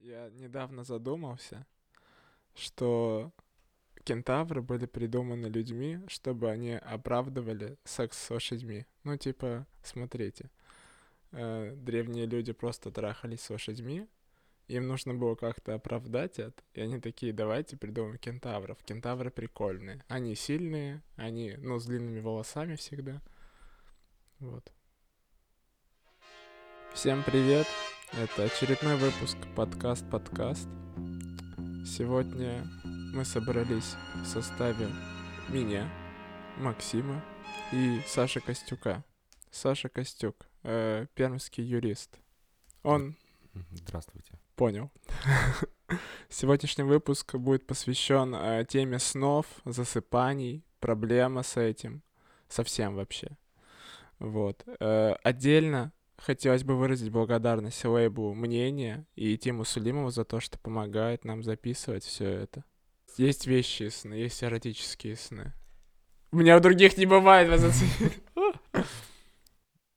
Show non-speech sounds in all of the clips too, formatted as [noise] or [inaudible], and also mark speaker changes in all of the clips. Speaker 1: Я недавно задумался, что кентавры были придуманы людьми, чтобы они оправдывали секс с лошадьми. Ну, типа, смотрите, э, древние люди просто трахались с лошадьми, им нужно было как-то оправдать это, и они такие, давайте придумаем кентавров. Кентавры прикольные. Они сильные, они, ну, с длинными волосами всегда. Вот. Всем привет! Это очередной выпуск подкаст «Подкаст». Сегодня мы собрались в составе меня, Максима и Саши Костюка. Саша Костюк, э, пермский юрист. Он
Speaker 2: Мгм. Здравствуйте.
Speaker 1: Понял. Сегодняшний выпуск будет посвящен э, теме снов, засыпаний, проблема с этим, совсем вообще. Вот. Э, отдельно хотелось бы выразить благодарность лейблу «Мнение» и Тиму Сулимову за то, что помогает нам записывать все это. Есть вещи сны, есть эротические сны. У меня у других не бывает. вас зацени- [laughs]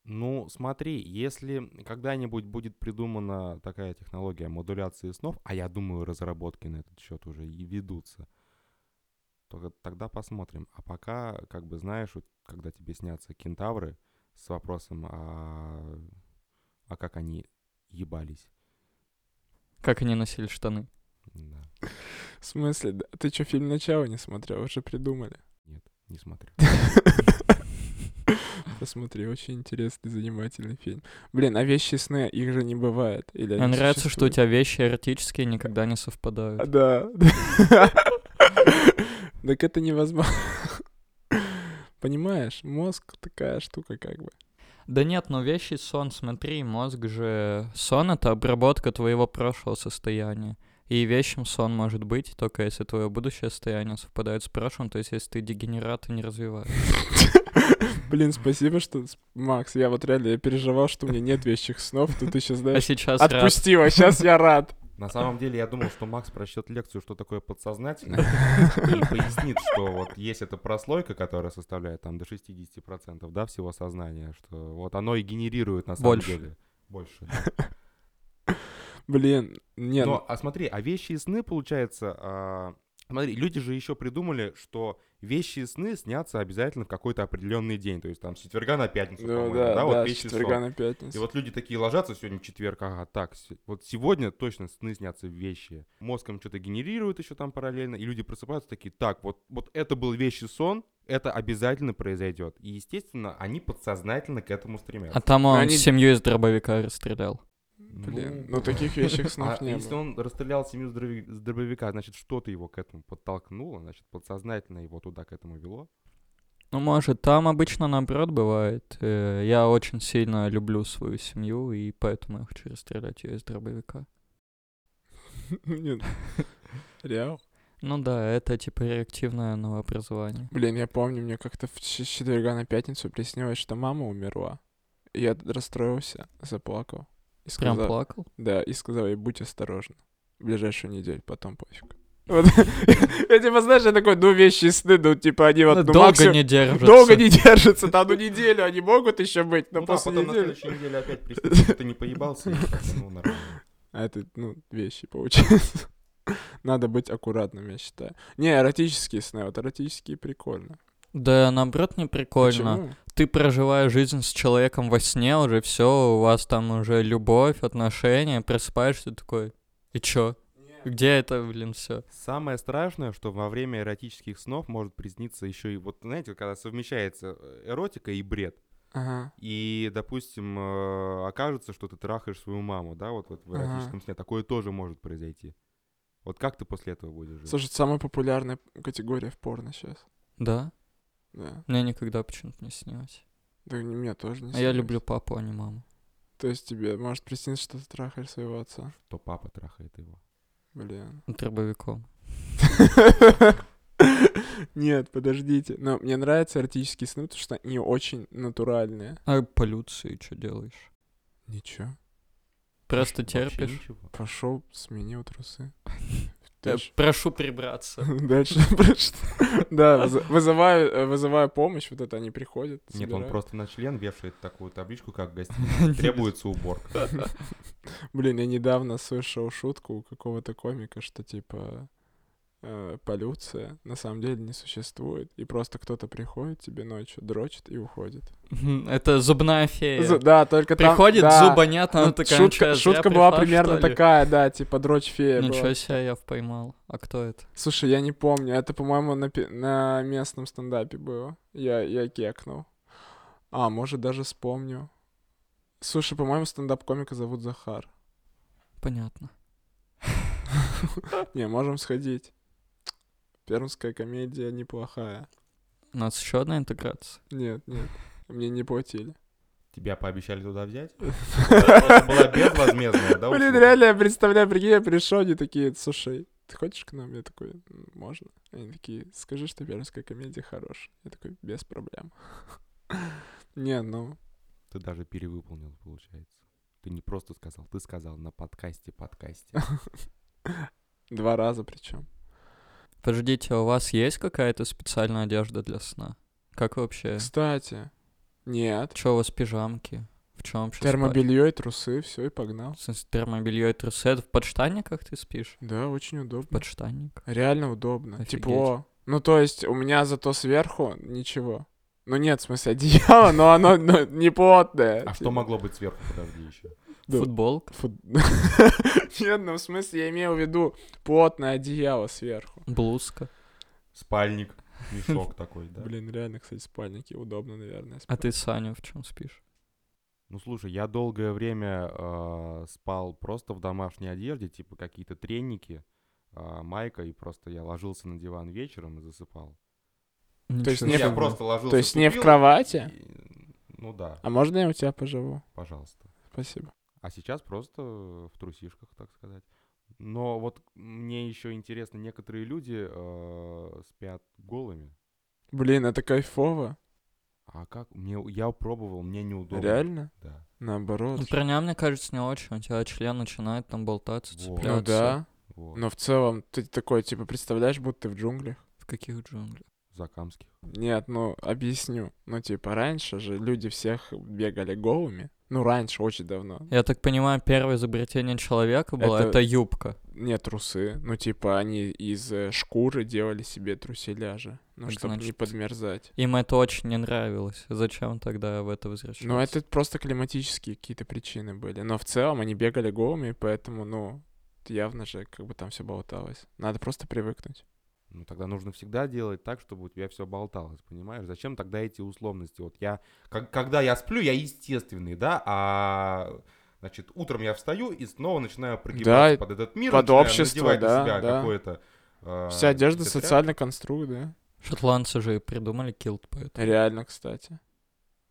Speaker 2: Ну, смотри, если когда-нибудь будет придумана такая технология модуляции снов, а я думаю, разработки на этот счет уже и ведутся, то г- тогда посмотрим. А пока, как бы знаешь, вот когда тебе снятся кентавры с вопросом, а, а как они ебались.
Speaker 3: Как они
Speaker 1: [laughs]
Speaker 3: носили штаны?
Speaker 2: Да,
Speaker 1: В смысле? да? Ты что, фильм «Начало» не смотрел? Уже придумали.
Speaker 2: нет, не смотрю.
Speaker 1: Посмотри, очень интересный, занимательный фильм. Блин, а вещи сны, их же не бывает. Или
Speaker 3: Мне
Speaker 1: они
Speaker 3: нравится, что у
Speaker 1: существуют?
Speaker 3: тебя вещи эротические никогда не совпадают.
Speaker 1: А, Да. Так это невозможно. Понимаешь, мозг такая штука как бы.
Speaker 3: Да нет, но вещи сон, смотри, мозг же... Сон — это обработка твоего прошлого состояния. И вещим сон может быть, только если твое будущее состояние совпадает с прошлым, то есть если ты дегенерат и не развиваешь.
Speaker 1: Блин, спасибо, что... с- Макс, я вот реально я переживал, что у меня нет вещих снов, но ты сейчас,
Speaker 3: А
Speaker 1: знаешь,
Speaker 3: сейчас рад.
Speaker 1: отпустила, сейчас я рад.
Speaker 2: На самом деле, я думал, что Макс прочтет лекцию, что такое подсознательное, и пояснит, что вот есть эта прослойка, которая составляет там до 60% да, всего сознания, что вот оно и генерирует на самом
Speaker 3: Больше.
Speaker 2: деле. Больше.
Speaker 1: Блин, нет, ну
Speaker 2: Но, а смотри, а вещи и сны, получается, а, смотри, люди же еще придумали, что вещи и сны снятся обязательно в какой-то определенный день, то есть там с четверга на пятницу,
Speaker 1: ну
Speaker 2: по-моему,
Speaker 1: да,
Speaker 2: да, вот
Speaker 1: да, с
Speaker 2: вещи и сон.
Speaker 1: четверга на
Speaker 2: И
Speaker 1: пятницу.
Speaker 2: вот люди такие ложатся сегодня четверг, ага, так, се- вот сегодня точно сны снятся вещи. Мозгом что-то генерирует еще там параллельно, и люди просыпаются такие, так, вот, вот это был вещи сон, это обязательно произойдет. И, естественно, они подсознательно к этому
Speaker 3: А
Speaker 2: стремятся.
Speaker 3: там он
Speaker 1: Они-
Speaker 3: семью из дробовика расстрелял.
Speaker 1: Блин, ну таких вещих
Speaker 2: А
Speaker 1: снов не
Speaker 2: если
Speaker 1: было.
Speaker 2: он расстрелял семью с дроби- с дробовика, значит, что-то его к этому подтолкнуло, значит, подсознательно его туда к этому вело.
Speaker 3: Ну, может, там обычно наоборот бывает. Э, Я очень сильно люблю свою семью, и поэтому я хочу расстрелять ее из дробовика.
Speaker 1: [laughs] Нет. Реал.
Speaker 3: Ну да, это типа реактивное новообразование.
Speaker 1: Блин, я помню, мне как-то в ч- с четверга на пятницу приснилось, что мама умерла. И я расстроился, заплакал. И
Speaker 3: Прям
Speaker 1: сказал,
Speaker 3: плакал?
Speaker 1: Да, и сказал ей, будь осторожна. В ближайшую неделю, потом пофиг. [laughs] Вот. Я типа, знаешь, я такой, ну вещи и сны, ну типа они вот...
Speaker 3: Ну,
Speaker 1: ну,
Speaker 3: долго
Speaker 1: максимум-
Speaker 3: не держится.
Speaker 1: Долго не [laughs] держатся, там ну неделю они могут еще быть, но
Speaker 3: а
Speaker 2: Ну да,
Speaker 1: после
Speaker 2: потом на
Speaker 1: недели...
Speaker 2: следующей неделе опять приснился, что ты не поебался, и так, ну, нормально.
Speaker 1: А это, ну, вещи получается. [laughs] Надо быть аккуратным, я считаю. Не, эротические сны, вот эротические прикольно.
Speaker 3: Да, наоборот, не прикольно.
Speaker 1: Почему?
Speaker 3: Ты проживаешь жизнь с человеком во сне, уже все, у вас там уже любовь, отношения, просыпаешься такой. И чё? Где это, блин, все?
Speaker 2: Самое страшное, что во время эротических снов может присниться еще и вот, знаете, когда совмещается э, эротика и бред.
Speaker 1: Ага.
Speaker 2: И, допустим, э, окажется, что ты трахаешь свою маму, да, вот, вот в
Speaker 1: Ага.
Speaker 2: эротическом сне. Такое тоже может произойти. Вот как ты после этого будешь жить?
Speaker 1: Слушай, это самая популярная категория в порно сейчас.
Speaker 3: Да?
Speaker 1: Да.
Speaker 3: Мне никогда почему-то не снилось.
Speaker 1: Да не, мне тоже не
Speaker 3: А я
Speaker 1: снилось.
Speaker 3: люблю папу, а не маму.
Speaker 1: То есть тебе может присниться, что ты трахаешь своего отца.
Speaker 2: То папа трахает его.
Speaker 3: [laughs]
Speaker 1: Блин.
Speaker 3: Дробовиком.
Speaker 1: Нет, подождите. Но мне нравятся эротические сны, потому что они очень натуральные.
Speaker 3: А полюции что делаешь?
Speaker 1: Ничего.
Speaker 3: Просто
Speaker 2: Вообще
Speaker 3: терпишь?
Speaker 2: ничего.
Speaker 3: [laughs]
Speaker 1: Пошел, сменил трусы. То
Speaker 3: Э,
Speaker 1: есть-
Speaker 3: Прошу прибраться.
Speaker 1: [laughs]
Speaker 3: [laughs]
Speaker 1: Дальше просто- Да, вызы- вызываю, э, вызываю помощь, вот это они приходят.
Speaker 2: Нет, он
Speaker 1: собирают.
Speaker 2: просто на член вешает такую табличку, как в
Speaker 1: [laughs]
Speaker 2: гостинице. Требуется уборка.
Speaker 1: Блин, я недавно слышал шутку у какого-то комика, что типа э, полюция на самом деле не существует, и просто кто-то приходит тебе ночью, дрочит и уходит.
Speaker 3: Мгм, Это зубная
Speaker 1: Зу-
Speaker 3: фея.
Speaker 1: да, только там-
Speaker 3: Э, Приходит,
Speaker 1: да,
Speaker 3: зубы нет, она
Speaker 1: ну,
Speaker 3: такая, «Ну чё,
Speaker 1: Шутка,
Speaker 3: я зря
Speaker 1: шутка была
Speaker 3: пришла,
Speaker 1: примерно
Speaker 3: что ли?»
Speaker 1: такая, да, типа дрочь фея была.
Speaker 3: Ничего себе, я поймал. А кто это?
Speaker 1: Слушай, я не помню, это, по-моему, на, пи- на местном стендапе было. Я, я кекнул. А, может, даже вспомню. Слушай, по-моему, стендап-комика зовут Захар.
Speaker 3: Понятно.
Speaker 1: [laughs] Не, можем сходить. Пермская комедия неплохая.
Speaker 3: У нас еще одна интеграция.
Speaker 1: Нет, нет, мне не платили.
Speaker 2: Тебя пообещали
Speaker 1: [laughs]
Speaker 2: туда взять? Это была безвозмездная, да,
Speaker 1: Блин,
Speaker 2: услуга?
Speaker 1: реально, я представляю, прикинь, я пришел, они такие, слушай, ты хочешь к нам? Я такой, «М, можно. Они такие, скажи, что пермская комедия хорошая. Я такой, без проблем. [laughs] Не, ну, [laughs]
Speaker 2: Ты даже перевыполнил, получается. Ты не просто сказал, ты сказал на
Speaker 1: [laughs]
Speaker 2: подкасте подкасте.
Speaker 1: два раза причем.
Speaker 3: Подождите, а у вас есть какая-то специальная одежда для сна? Как вы вообще?
Speaker 1: Кстати, нет.
Speaker 3: Че у вас пижамки? В чем вообще спать?
Speaker 1: Термобелье и трусы, все, и погнал.
Speaker 3: В смысле, термобелье и трусы? Это в подштанниках ты спишь?
Speaker 1: Да, очень удобно.
Speaker 3: Подштанник.
Speaker 1: Реально удобно.
Speaker 3: Офигеть.
Speaker 1: Тепло. Ну, то есть, у меня зато сверху ничего. Ну, нет, в смысле, [laughs] одеяло, но оно ну, не плотное.
Speaker 2: А что могло быть сверху, подожди еще?
Speaker 1: Да.
Speaker 3: Футболка.
Speaker 1: Фу- [laughs] Нет, ну, в смысле, я имел в виду плотное одеяло сверху.
Speaker 3: Блузка.
Speaker 2: Спальник, мешок такой, да?
Speaker 1: Блин, реально, кстати, спальники удобно, наверное.
Speaker 3: А
Speaker 1: спать.
Speaker 3: ты, Саня, в чем спишь?
Speaker 2: Ну слушай, я долгое время э, спал просто в домашней одежде, типа какие-то треники, а, майка, и просто я ложился на диван вечером и засыпал.
Speaker 1: То есть
Speaker 3: Ничего
Speaker 1: не
Speaker 2: я
Speaker 3: себе.
Speaker 1: в-
Speaker 2: просто ложился.
Speaker 1: То есть не в
Speaker 2: тупил,
Speaker 1: кровати?
Speaker 2: и- Ну да,
Speaker 1: А можно я у тебя поживу?
Speaker 2: пожалуйста.
Speaker 1: Спасибо.
Speaker 2: А сейчас просто в трусишках, так сказать. Но вот мне еще интересно, некоторые люди э, спят голыми.
Speaker 1: Блин, это кайфово.
Speaker 2: А как? Мне я пробовал, мне неудобно.
Speaker 1: Реально?
Speaker 2: Да.
Speaker 1: Наоборот.
Speaker 3: Ну, Броня, мне кажется, не очень. У тебя член начинает там болтаться,
Speaker 2: Во. Ну
Speaker 3: цепляться.
Speaker 1: Ну да.
Speaker 2: Вот.
Speaker 1: Но в целом, ты такой, типа, представляешь, будто ты в джунглях.
Speaker 3: В каких джунглях?
Speaker 2: Закамских.
Speaker 1: Нет, ну объясню. Ну, типа, раньше же люди всех бегали голыми. Ну, раньше, очень давно.
Speaker 3: Я так понимаю, первое изобретение человека было
Speaker 1: Это-
Speaker 3: это, юбка.
Speaker 1: Нет, трусы. Ну, типа, они из э, шкуры делали себе труселяжи. Ну,
Speaker 3: Так
Speaker 1: чтобы не
Speaker 3: значит,
Speaker 1: подмерзать.
Speaker 3: Им это очень не нравилось. Зачем тогда в это возвращаться?
Speaker 1: Ну, это просто климатические какие-то причины были. Но в целом они бегали голыми, поэтому, ну, явно же, как бы там все болталось. Надо просто привыкнуть.
Speaker 2: Ну тогда нужно всегда делать так, чтобы у тебя все болталось, понимаешь? Зачем тогда эти условности? Вот я, как- когда я сплю, я естественный, да, а значит утром я встаю и снова начинаю прогибаться
Speaker 1: и
Speaker 2: под этот мир,
Speaker 1: под
Speaker 2: начинаю
Speaker 1: общество,
Speaker 2: надевать на
Speaker 1: да,
Speaker 2: себя
Speaker 1: да.
Speaker 2: какое-то. э,
Speaker 1: Вся одежда
Speaker 2: пиджак.
Speaker 1: социальный конструкт, да?
Speaker 3: Шотландцы же и придумали килт, поэтому.
Speaker 1: Реально, кстати.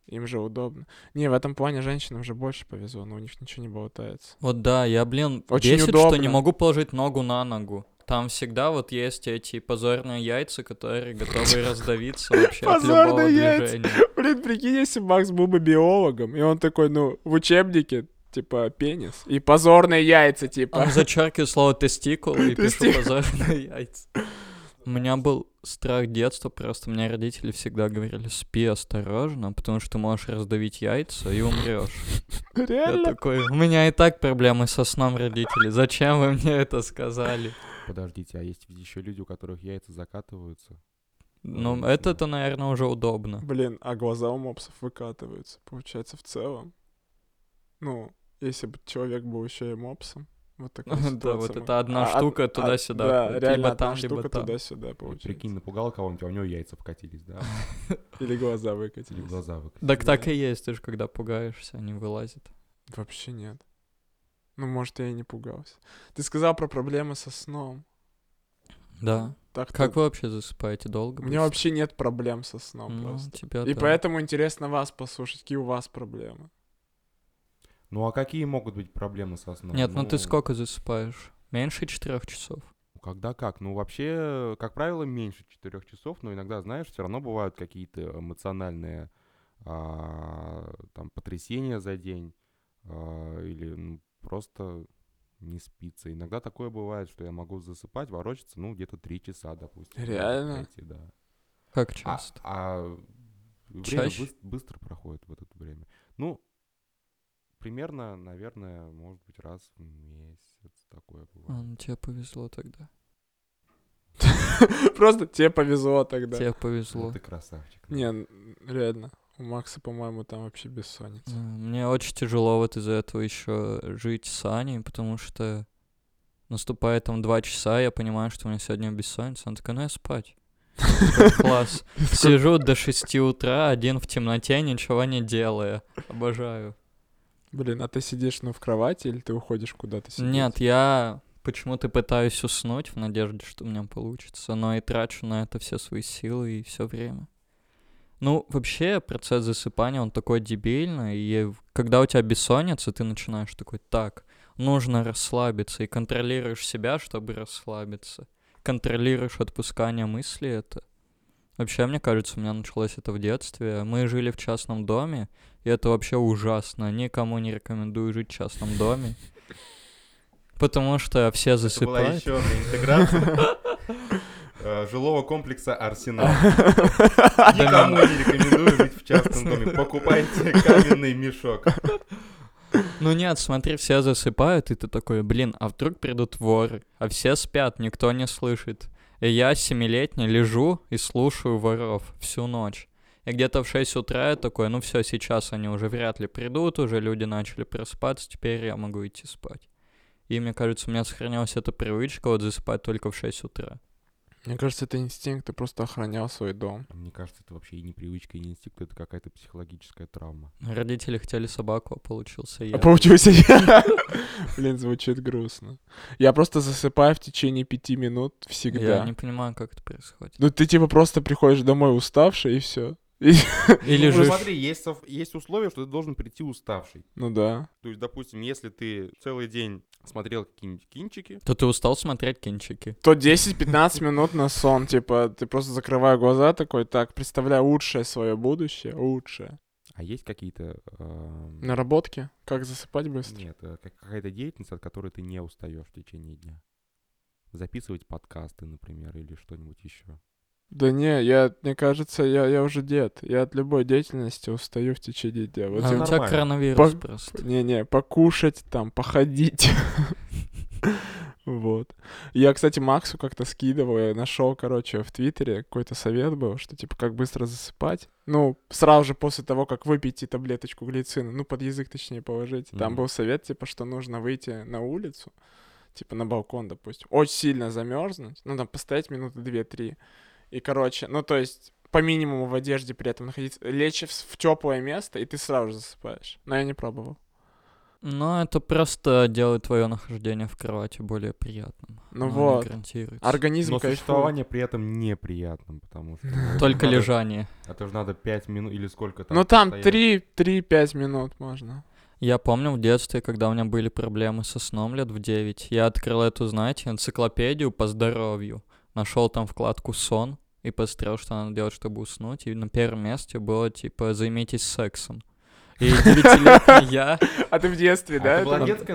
Speaker 1: Им же удобно. Не, в этом плане женщинам же больше повезло, но у них ничего не болтается.
Speaker 3: Вот да, я, блин,
Speaker 1: Очень
Speaker 3: бесит, что не
Speaker 1: удобно.
Speaker 3: могу положить ногу на ногу. Там всегда вот есть эти позорные яйца, которые
Speaker 1: [laughs]
Speaker 3: готовы раздавиться вообще от любого
Speaker 1: Позорные яйца.
Speaker 3: движения.
Speaker 1: Блин, прикинь, если бы Макс был бы биологом, и он такой, ну, в учебнике, типа, пенис, и позорные яйца, типа.
Speaker 3: Он зачеркивает слово тестикул и пишу
Speaker 1: Тестикул.
Speaker 3: позорные яйца. У меня был страх детства, просто мне родители всегда говорили, спи осторожно, потому что ты можешь раздавить яйца и умрешь. Я
Speaker 1: [laughs] Реально?
Speaker 3: такой, у меня и так проблемы со сном родителей, зачем вы мне это сказали?
Speaker 2: Подождите, а есть ведь еще люди, у которых яйца закатываются.
Speaker 3: Ну,
Speaker 2: Ладно.
Speaker 3: это-то, наверное, уже удобно.
Speaker 1: Блин, а глаза у мопсов выкатываются, получается, в целом. Ну, если бы человек был еще и мопсом,
Speaker 3: [laughs]
Speaker 1: вот такая
Speaker 3: Да,
Speaker 1: Ну, ситуация.
Speaker 3: вот
Speaker 1: мы-
Speaker 3: это одна
Speaker 1: А, а-
Speaker 3: штука
Speaker 1: а,
Speaker 3: туда-сюда.
Speaker 1: Да,
Speaker 3: Либо
Speaker 1: реально
Speaker 3: там,
Speaker 1: одна
Speaker 3: либо
Speaker 1: штука
Speaker 3: там.
Speaker 1: туда-сюда, получается.
Speaker 2: Прикинь, напугал кого-нибудь, а у него яйца покатились, да?
Speaker 1: Или глаза
Speaker 2: Или
Speaker 1: выкатились.
Speaker 2: глаза выкатились.
Speaker 3: Так
Speaker 1: Да.
Speaker 3: так и есть, ты же когда пугаешься, они вылазят.
Speaker 1: Вообще нет. Ну, может, я и не пугался. Ты сказал про проблемы со сном.
Speaker 3: Да.
Speaker 1: Так
Speaker 3: Как вы вообще засыпаете долго?
Speaker 1: У меня
Speaker 3: быстро?
Speaker 1: вообще нет проблем со сном
Speaker 3: Ну,
Speaker 1: просто.
Speaker 3: тебя
Speaker 1: И
Speaker 3: да.
Speaker 1: поэтому интересно вас послушать, какие у вас проблемы. [laughs]
Speaker 2: Ну а какие могут быть проблемы со сном?
Speaker 3: Нет, ну ты сколько засыпаешь? Меньше четырех часов.
Speaker 2: Когда как? Ну, вообще, как правило, меньше четырех часов, но иногда, знаешь, все равно бывают какие-то эмоциональные а, там, потрясения за день а, или ну, просто не спится. Иногда такое бывает, что я могу засыпать, ворочаться, ну, где-то три часа, допустим. может
Speaker 1: Реально?
Speaker 2: пройти, да.
Speaker 3: Как
Speaker 2: А-
Speaker 3: часто?
Speaker 2: А, время
Speaker 3: Чаще?
Speaker 2: быс- быстро проходит в это время. Ну, примерно, наверное, может быть, раз в месяц такое
Speaker 3: А,
Speaker 2: бывает.
Speaker 3: ну тебе повезло тогда.
Speaker 1: Просто тебе повезло тогда.
Speaker 3: Тебе
Speaker 2: Ну,
Speaker 3: повезло.
Speaker 2: ты красавчик. да.
Speaker 1: Не, н- реально. У Макса, по-моему, там вообще бессонница.
Speaker 3: Да, Э, Мне очень тяжело вот из-за этого еще жить с Аней, потому что наступает там два часа, я понимаю, что у меня сегодня бессонница. Она такая, ну я спать. типа,
Speaker 1: [laughs]
Speaker 3: Класс. Сижу до 6 утра, один в темноте, ничего не делая. Обожаю.
Speaker 1: Блин, а ты сидишь, ну, в кровати или ты уходишь куда-то сидеть?
Speaker 3: Нет, я почему-то пытаюсь уснуть в надежде, что у меня получится, но и трачу на это все свои силы и все время. Ну, вообще, процесс засыпания, он такой дебильный, и в- когда у тебя бессонница, ты начинаешь такой, так, нужно расслабиться, и контролируешь себя, чтобы расслабиться. Контролируешь отпускание мысли это. Вообще, мне кажется, у меня началось это в детстве. Мы жили в частном доме, и это вообще ужасно. Никому не рекомендую жить в частном доме. Потому что все
Speaker 2: Это была
Speaker 3: засыпают.
Speaker 2: еще одна [laughs] интеграция э, жилого комплекса
Speaker 3: [laughs]
Speaker 2: Арсенал. Никому не рекомендую жить в частном
Speaker 3: [laughs]
Speaker 2: доме. Покупайте каменный мешок.
Speaker 3: Ну нет, смотри, все засыпают, и ты такой, блин, а вдруг придут воры? А все спят, никто не слышит. И я семилетний лежу и слушаю воров всю ночь. И где-то в 6 утра я такой, ну все, сейчас они уже вряд ли придут, уже люди начали просыпаться, теперь я могу идти спать. И мне кажется, у меня сохранилась эта привычка вот засыпать только в 6 утра.
Speaker 1: Мне кажется, это инстинкт, ты просто охранял свой дом.
Speaker 2: Мне кажется, это вообще и не привычка, и не инстинкт, это какая-то психологическая травма.
Speaker 3: Родители хотели собаку, а получился я.
Speaker 1: А
Speaker 3: [laughs]
Speaker 1: получился я. [laughs] Блин, звучит грустно. Я просто засыпаю в течение пяти минут
Speaker 3: Я
Speaker 1: всегда.
Speaker 3: не понимаю, как это происходит.
Speaker 1: Ну ты типа просто приходишь домой уставший и все.
Speaker 3: Или
Speaker 2: Ну,
Speaker 3: же...
Speaker 2: смотри, есть, сов- есть условие, что ты должен прийти уставший.
Speaker 1: Ну да.
Speaker 2: То есть, допустим, если ты целый день смотрел какие-нибудь кинчики,
Speaker 3: То ты устал смотреть кинчики.
Speaker 1: То 10-15 минут на сон, типа, ты просто закрываю глаза такой, так, представляю лучшее свое будущее, лучшее.
Speaker 2: а есть какие-то... эм,
Speaker 1: Наработки? Как засыпать быстро?
Speaker 2: Нет, э, как- какая-то деятельность, от которой ты не устаешь в течение дня. Записывать подкасты, например, или что-нибудь еще.
Speaker 1: Да не, я, мне кажется, я, я уже дед. Я от любой деятельности устаю в течение дня. Вот типа,
Speaker 3: а
Speaker 1: я-
Speaker 3: у тебя
Speaker 2: нормально.
Speaker 3: коронавирус
Speaker 1: Пог-
Speaker 3: просто.
Speaker 1: Не-не, покушать там, походить. [laughs] Вот. Я, кстати, Максу как-то скидывал, я нашел, короче, в Твиттере какой-то совет был, что типа как быстро засыпать. Ну, сразу же после того, как выпейте таблеточку глицина, ну, под язык точнее положите. Там
Speaker 2: Мгм.
Speaker 1: был совет, типа, что нужно выйти на улицу, типа на балкон, допустим, очень сильно замерзнуть, ну, там постоять минуты две-три. И, короче, ну, то есть по минимуму в одежде при этом находиться, лечь в, теплое место, и ты сразу же засыпаешь. Но я не пробовал.
Speaker 3: Но это просто делает твое нахождение в кровати более приятным.
Speaker 1: Ну
Speaker 3: Оно не
Speaker 1: вот.
Speaker 3: гарантируется.
Speaker 1: Организм
Speaker 2: Но
Speaker 1: кайфует.
Speaker 2: существование при этом неприятным, потому
Speaker 1: [laughs]
Speaker 2: что... ну,
Speaker 3: Только
Speaker 2: надо-
Speaker 3: лежание.
Speaker 2: А то же надо 5 минут или сколько там.
Speaker 1: Ну там
Speaker 2: стоять.
Speaker 1: 3-5 минут можно.
Speaker 3: Я помню в детстве, когда у меня были проблемы со сном лет в 9, я открыл эту, знаете, энциклопедию по здоровью. Нашел там вкладку «Сон» и посмотрел, что надо делать, чтобы уснуть. И на первом месте было, типа, «Займитесь сексом». И девятилетний я
Speaker 1: [laughs] А ты в детстве,
Speaker 2: А
Speaker 1: да?
Speaker 2: это была
Speaker 1: это-
Speaker 2: детская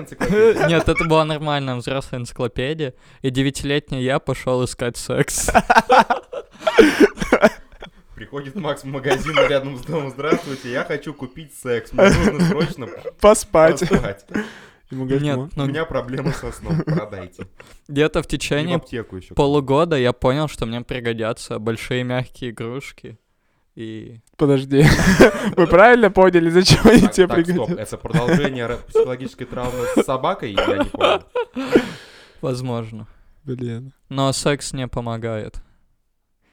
Speaker 1: [laughs]
Speaker 2: энциклопедия?
Speaker 3: Нет, это была нормальная взрослая энциклопедия, и девятилетний я пошел искать секс.
Speaker 2: Приходит Макс в магазин рядом с домом. Здравствуйте, я хочу купить секс. Мне нужно срочно
Speaker 1: Поспать.
Speaker 2: поспать.
Speaker 1: Ему говорят,
Speaker 3: Нет,
Speaker 1: «Ну,
Speaker 2: У
Speaker 3: ну
Speaker 2: меня проблемы со сном. Продайте.
Speaker 3: где-то в
Speaker 2: И в
Speaker 3: течение
Speaker 2: аптеку еще.
Speaker 3: полугода я понял, что мне пригодятся большие мягкие игрушки. И
Speaker 1: подожди. [laughs] Вы правильно поняли, зачем они
Speaker 2: Так,
Speaker 1: тебе
Speaker 2: так, стоп,
Speaker 1: пригодятся?
Speaker 2: это продолжение ра- психологической травмы с собакой, я не понял.
Speaker 3: возможно.
Speaker 1: Блин.
Speaker 3: Но секс не помогает.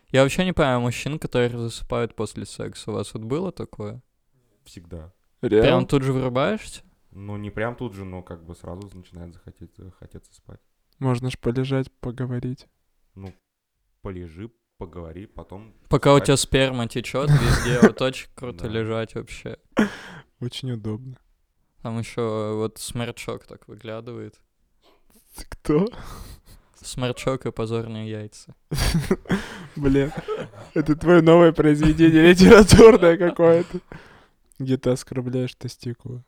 Speaker 3: Я вообще не понимаю мужчин, которые засыпают после секса. У вас вот было такое?
Speaker 2: Всегда.
Speaker 3: Прям
Speaker 1: Реально?
Speaker 3: тут же вырубаешься?
Speaker 2: Ну, не прям тут же, но как бы сразу начинает захотеть, э, хотеться спать.
Speaker 1: Можно ж полежать, поговорить.
Speaker 2: Полежи, поговори, потом...
Speaker 3: Пока у
Speaker 2: Так.
Speaker 3: тебя сперма течет [laughs] везде, вот очень круто
Speaker 2: Да.
Speaker 3: лежать вообще.
Speaker 1: [laughs] Очень удобно.
Speaker 3: Там еще вот смерчок так выглядывает.
Speaker 1: Ты кто?
Speaker 3: Сморчок и позорные яйца.
Speaker 1: Блин. Это твое новое произведение литературное какое-то. Где ты оскорбляешь тестикулы.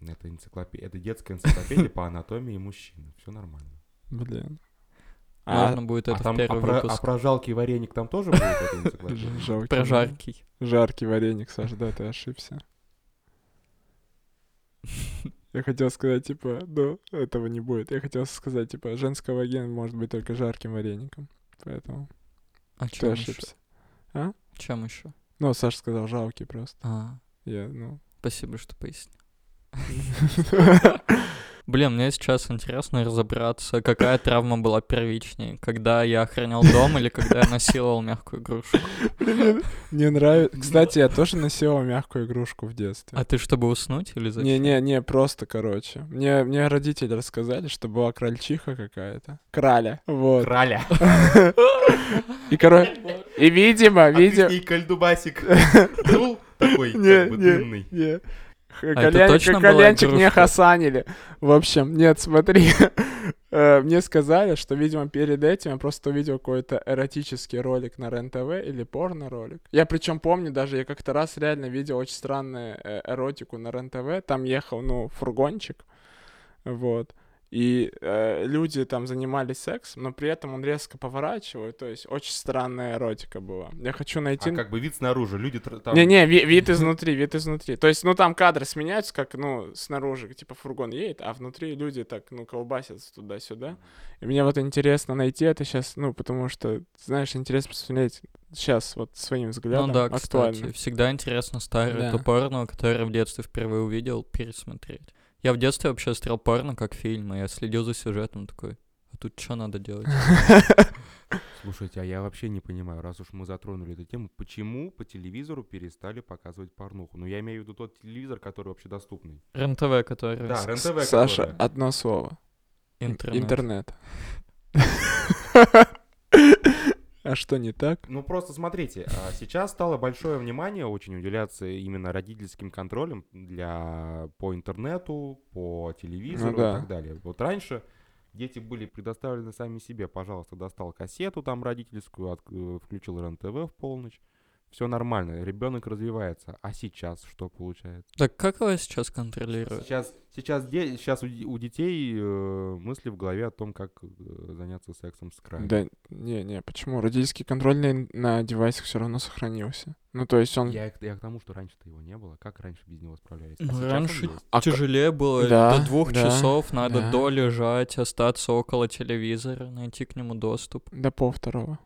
Speaker 2: Это, энциклопе... это детская энциклопедия по анатомии мужчины. Все нормально.
Speaker 1: Блин. А,
Speaker 3: Можно будет это
Speaker 2: а,
Speaker 3: в
Speaker 2: там, а,
Speaker 3: первый
Speaker 2: про, а
Speaker 3: выпуск.
Speaker 2: про жалкий вареник там тоже будет эта энциклопедия?
Speaker 1: жалкий
Speaker 3: Про
Speaker 1: вареник.
Speaker 3: жаркий.
Speaker 1: Жаркий вареник, Саша, да, ты
Speaker 3: [laughs]
Speaker 1: ошибся. Я хотел сказать, типа, ну, этого не будет. Я хотел сказать, типа, женского ген может быть только жарким вареником. Поэтому
Speaker 3: А
Speaker 1: ты
Speaker 3: чем еще?
Speaker 1: ошибся.
Speaker 3: Чем еще?
Speaker 1: Ну, Саша сказал жалкий просто.
Speaker 3: А,
Speaker 1: Я, ну...
Speaker 3: спасибо, что пояснил.
Speaker 1: [laughs]
Speaker 3: Блин, мне сейчас интересно разобраться, какая травма была первичнее, когда я охранял дом или когда я насиловал мягкую игрушку.
Speaker 1: Блин, [laughs] Мне нравится. Кстати, я тоже носила мягкую игрушку в детстве.
Speaker 3: Ну. А ты чтобы уснуть или зачем?
Speaker 1: Не-не-не, просто, короче. Мне, мне родители рассказали, что была крольчиха какая-то. Краля. Вот.
Speaker 2: Краля.
Speaker 1: [laughs] И, короче...
Speaker 3: [laughs]
Speaker 1: И,
Speaker 3: А
Speaker 1: видимо, видимо...
Speaker 2: А И [laughs] кальдубасик. Дул такой,
Speaker 1: Не,
Speaker 2: как бы
Speaker 1: не.
Speaker 2: дымный.
Speaker 1: Не. Х-
Speaker 3: А это
Speaker 1: коля-
Speaker 3: точно
Speaker 1: ка-
Speaker 3: была
Speaker 1: Колянчик не
Speaker 3: игрушка?
Speaker 1: хасанили. В общем, нет, смотри. [laughs] Э, Мне сказали, что, видимо, перед этим я просто увидел какой-то эротический ролик на РЕН-ТВ или порно-ролик. Я причем помню даже, я как-то раз реально видел очень странную э, эротику на РЕН-ТВ. Там ехал, ну, фургончик. Вот. И э, люди там занимались сексом, но при этом он резко поворачивает. То есть очень странная эротика была. Я хочу найти...
Speaker 2: А как бы вид снаружи, люди тр- там...
Speaker 1: Не-не, ви- вид изнутри, вид изнутри. То есть, ну, там кадры сменяются, как, ну, снаружи, типа, фургон едет, а внутри люди так, ну, колбасятся туда-сюда. И мне вот интересно найти это сейчас, ну, потому что, знаешь, интересно посмотреть сейчас вот своим взглядом
Speaker 3: Ну да,
Speaker 1: актуально.
Speaker 3: кстати,
Speaker 1: [laughs]
Speaker 3: всегда интересно старое то
Speaker 1: Да.
Speaker 3: порно, которое в детстве впервые увидел, пересмотреть. Я в детстве вообще смотрел порно как фильм, и я следил за сюжетом такой. А тут что надо делать?
Speaker 2: Слушайте, а я вообще не понимаю, раз уж мы затронули эту тему, почему по телевизору перестали показывать порнуху? Ну, я имею в виду тот телевизор, который вообще доступный.
Speaker 3: РЕН-ТВ, который
Speaker 2: Да,
Speaker 3: с-
Speaker 2: РЕН-ТВ. которая.
Speaker 1: Саша, одно слово.
Speaker 3: интернет.
Speaker 1: Интернет. [laughs] А что не так?
Speaker 2: Ну, просто смотрите, а, сейчас стало большое внимание очень уделяться именно родительским контролем для... по интернету, по телевизору
Speaker 1: да.
Speaker 2: и так далее. Вот раньше дети были предоставлены сами себе. Пожалуйста, достал кассету там родительскую, от- э, включил РЕН-ТВ в полночь. Все нормально, ребенок развивается. А сейчас что получается?
Speaker 3: Так как его сейчас контролируют?
Speaker 2: Сейчас, сейчас, де- сейчас у, де- у детей э, мысли в голове о том, как э, заняться сексом с краю.
Speaker 1: Да, не-не, почему? Родительский контроль на- на девайсах все равно сохранился. Ну, то есть он...
Speaker 2: Я, к- я к тому, что раньше-то его не было. Как раньше без него справлялись? А
Speaker 3: Ну,
Speaker 2: сейчас он
Speaker 3: раньше
Speaker 2: есть.
Speaker 1: А к-
Speaker 3: Тяжелее было
Speaker 1: Да,
Speaker 3: до двух
Speaker 1: да,
Speaker 3: часов надо
Speaker 1: да.
Speaker 3: долежать, остаться около телевизора, найти к нему доступ.
Speaker 1: До пол второго.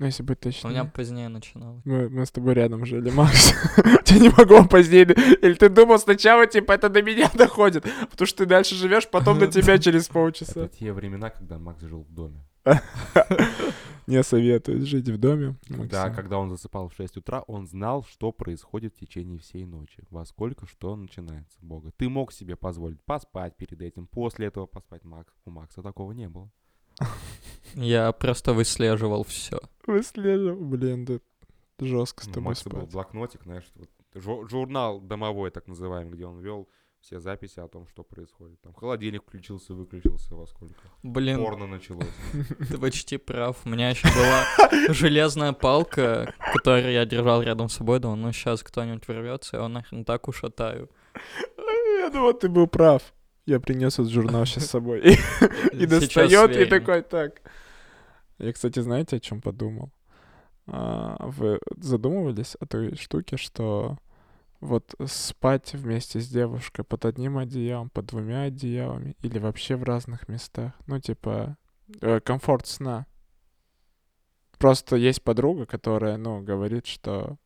Speaker 1: Ну, если быть
Speaker 3: У меня
Speaker 1: точнее.
Speaker 3: позднее начиналось.
Speaker 1: Мы, мы с тобой рядом жили, Макс. [laughs] Тебе не могло позднее. Или ты думал сначала, типа, это до меня [laughs] доходит. Потому что ты дальше живешь, потом до
Speaker 3: [laughs]
Speaker 1: тебя через
Speaker 2: Это
Speaker 1: полчаса.
Speaker 2: те времена, когда Макс жил в доме.
Speaker 1: Не советую жить в доме.
Speaker 2: Да,
Speaker 1: Максим.
Speaker 2: когда он засыпал в 6 утра, он знал, что происходит в течение всей ночи. Во сколько что начинается, бога. Ты мог себе позволить поспать перед этим, после этого поспать. Макс, у Макса такого не было.
Speaker 3: Я просто выслеживал все.
Speaker 1: Выслеживал. Блин, да жестко с
Speaker 2: Ну, у
Speaker 1: тобой
Speaker 2: Макса был
Speaker 1: спать.
Speaker 2: блокнотик, знаешь, вот жу- журнал домовой, так называемый, где он вел все записи о том, что происходит. Там холодильник включился, выключился во сколько.
Speaker 3: Блин,
Speaker 2: Порно началось.
Speaker 3: Ты почти прав. У меня еще
Speaker 1: [laughs]
Speaker 3: была железная палка, которую я держал рядом с собой. Думал, ну сейчас кто-нибудь ворвется, я его нахрен так ушатаю.
Speaker 1: Я думал, ты был прав. Я принес этот журнал сейчас с собой. И- И
Speaker 3: Сейчас
Speaker 1: достает, и
Speaker 3: верю.
Speaker 1: такой так. Я, кстати, знаете, о чем подумал? А, Вы задумывались о той штуке, что вот спать вместе с девушкой под одним одеялом, под двумя одеялами или вообще в разных местах? Ну, типа, э, комфорт сна. Просто есть подруга, которая, ну, говорит, что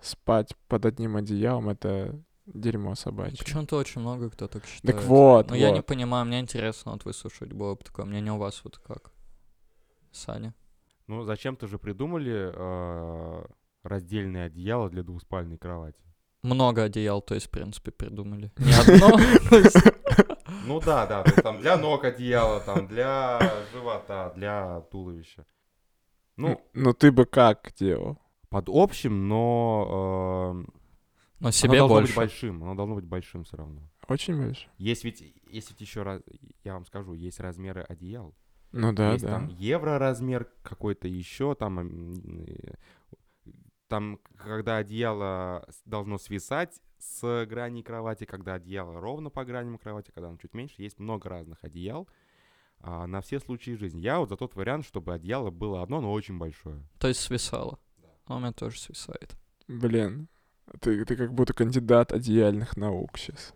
Speaker 1: спать под одним одеялом — это дерьмо собачье.
Speaker 3: Ну, Почему-то очень много кто так считает.
Speaker 1: Так вот,
Speaker 3: Но я не
Speaker 1: вот.
Speaker 3: понимаю, мне интересно вот выслушать было бы такое мнение у вас вот как. Саня.
Speaker 2: Ну, зачем-то же придумали э, раздельное одеяло для двуспальной кровати.
Speaker 3: Много одеял, то есть, в
Speaker 2: [laughs]
Speaker 3: принципе, придумали. Не одно.
Speaker 2: Ну да, да, то есть там для ног одеяло, там для живота, для туловища.
Speaker 1: Ну,
Speaker 2: Ну,
Speaker 1: ну ты бы как делал?
Speaker 2: под общим, но э,
Speaker 3: Но
Speaker 2: оно
Speaker 3: себе
Speaker 2: должно быть
Speaker 3: больше.
Speaker 2: большим. Оно должно быть большим все равно.
Speaker 1: Очень больше?
Speaker 2: Есть ведь, есть ведь еще раз, я вам скажу, есть размеры одеял.
Speaker 1: Ну да,
Speaker 2: есть
Speaker 1: да.
Speaker 2: там евро размер какой-то еще, там м, э, там, к- когда одеяло с- должно свисать с граней кровати, когда одеяло ровно по граням кровати, когда оно чуть меньше, есть много разных одеял а, на все случаи жизни. Я вот за тот вариант, чтобы одеяло было одно, но очень большое.
Speaker 3: То есть свисало. А у меня тоже свисает.
Speaker 1: Блин, ты, ты как будто кандидат одеяльных наук сейчас.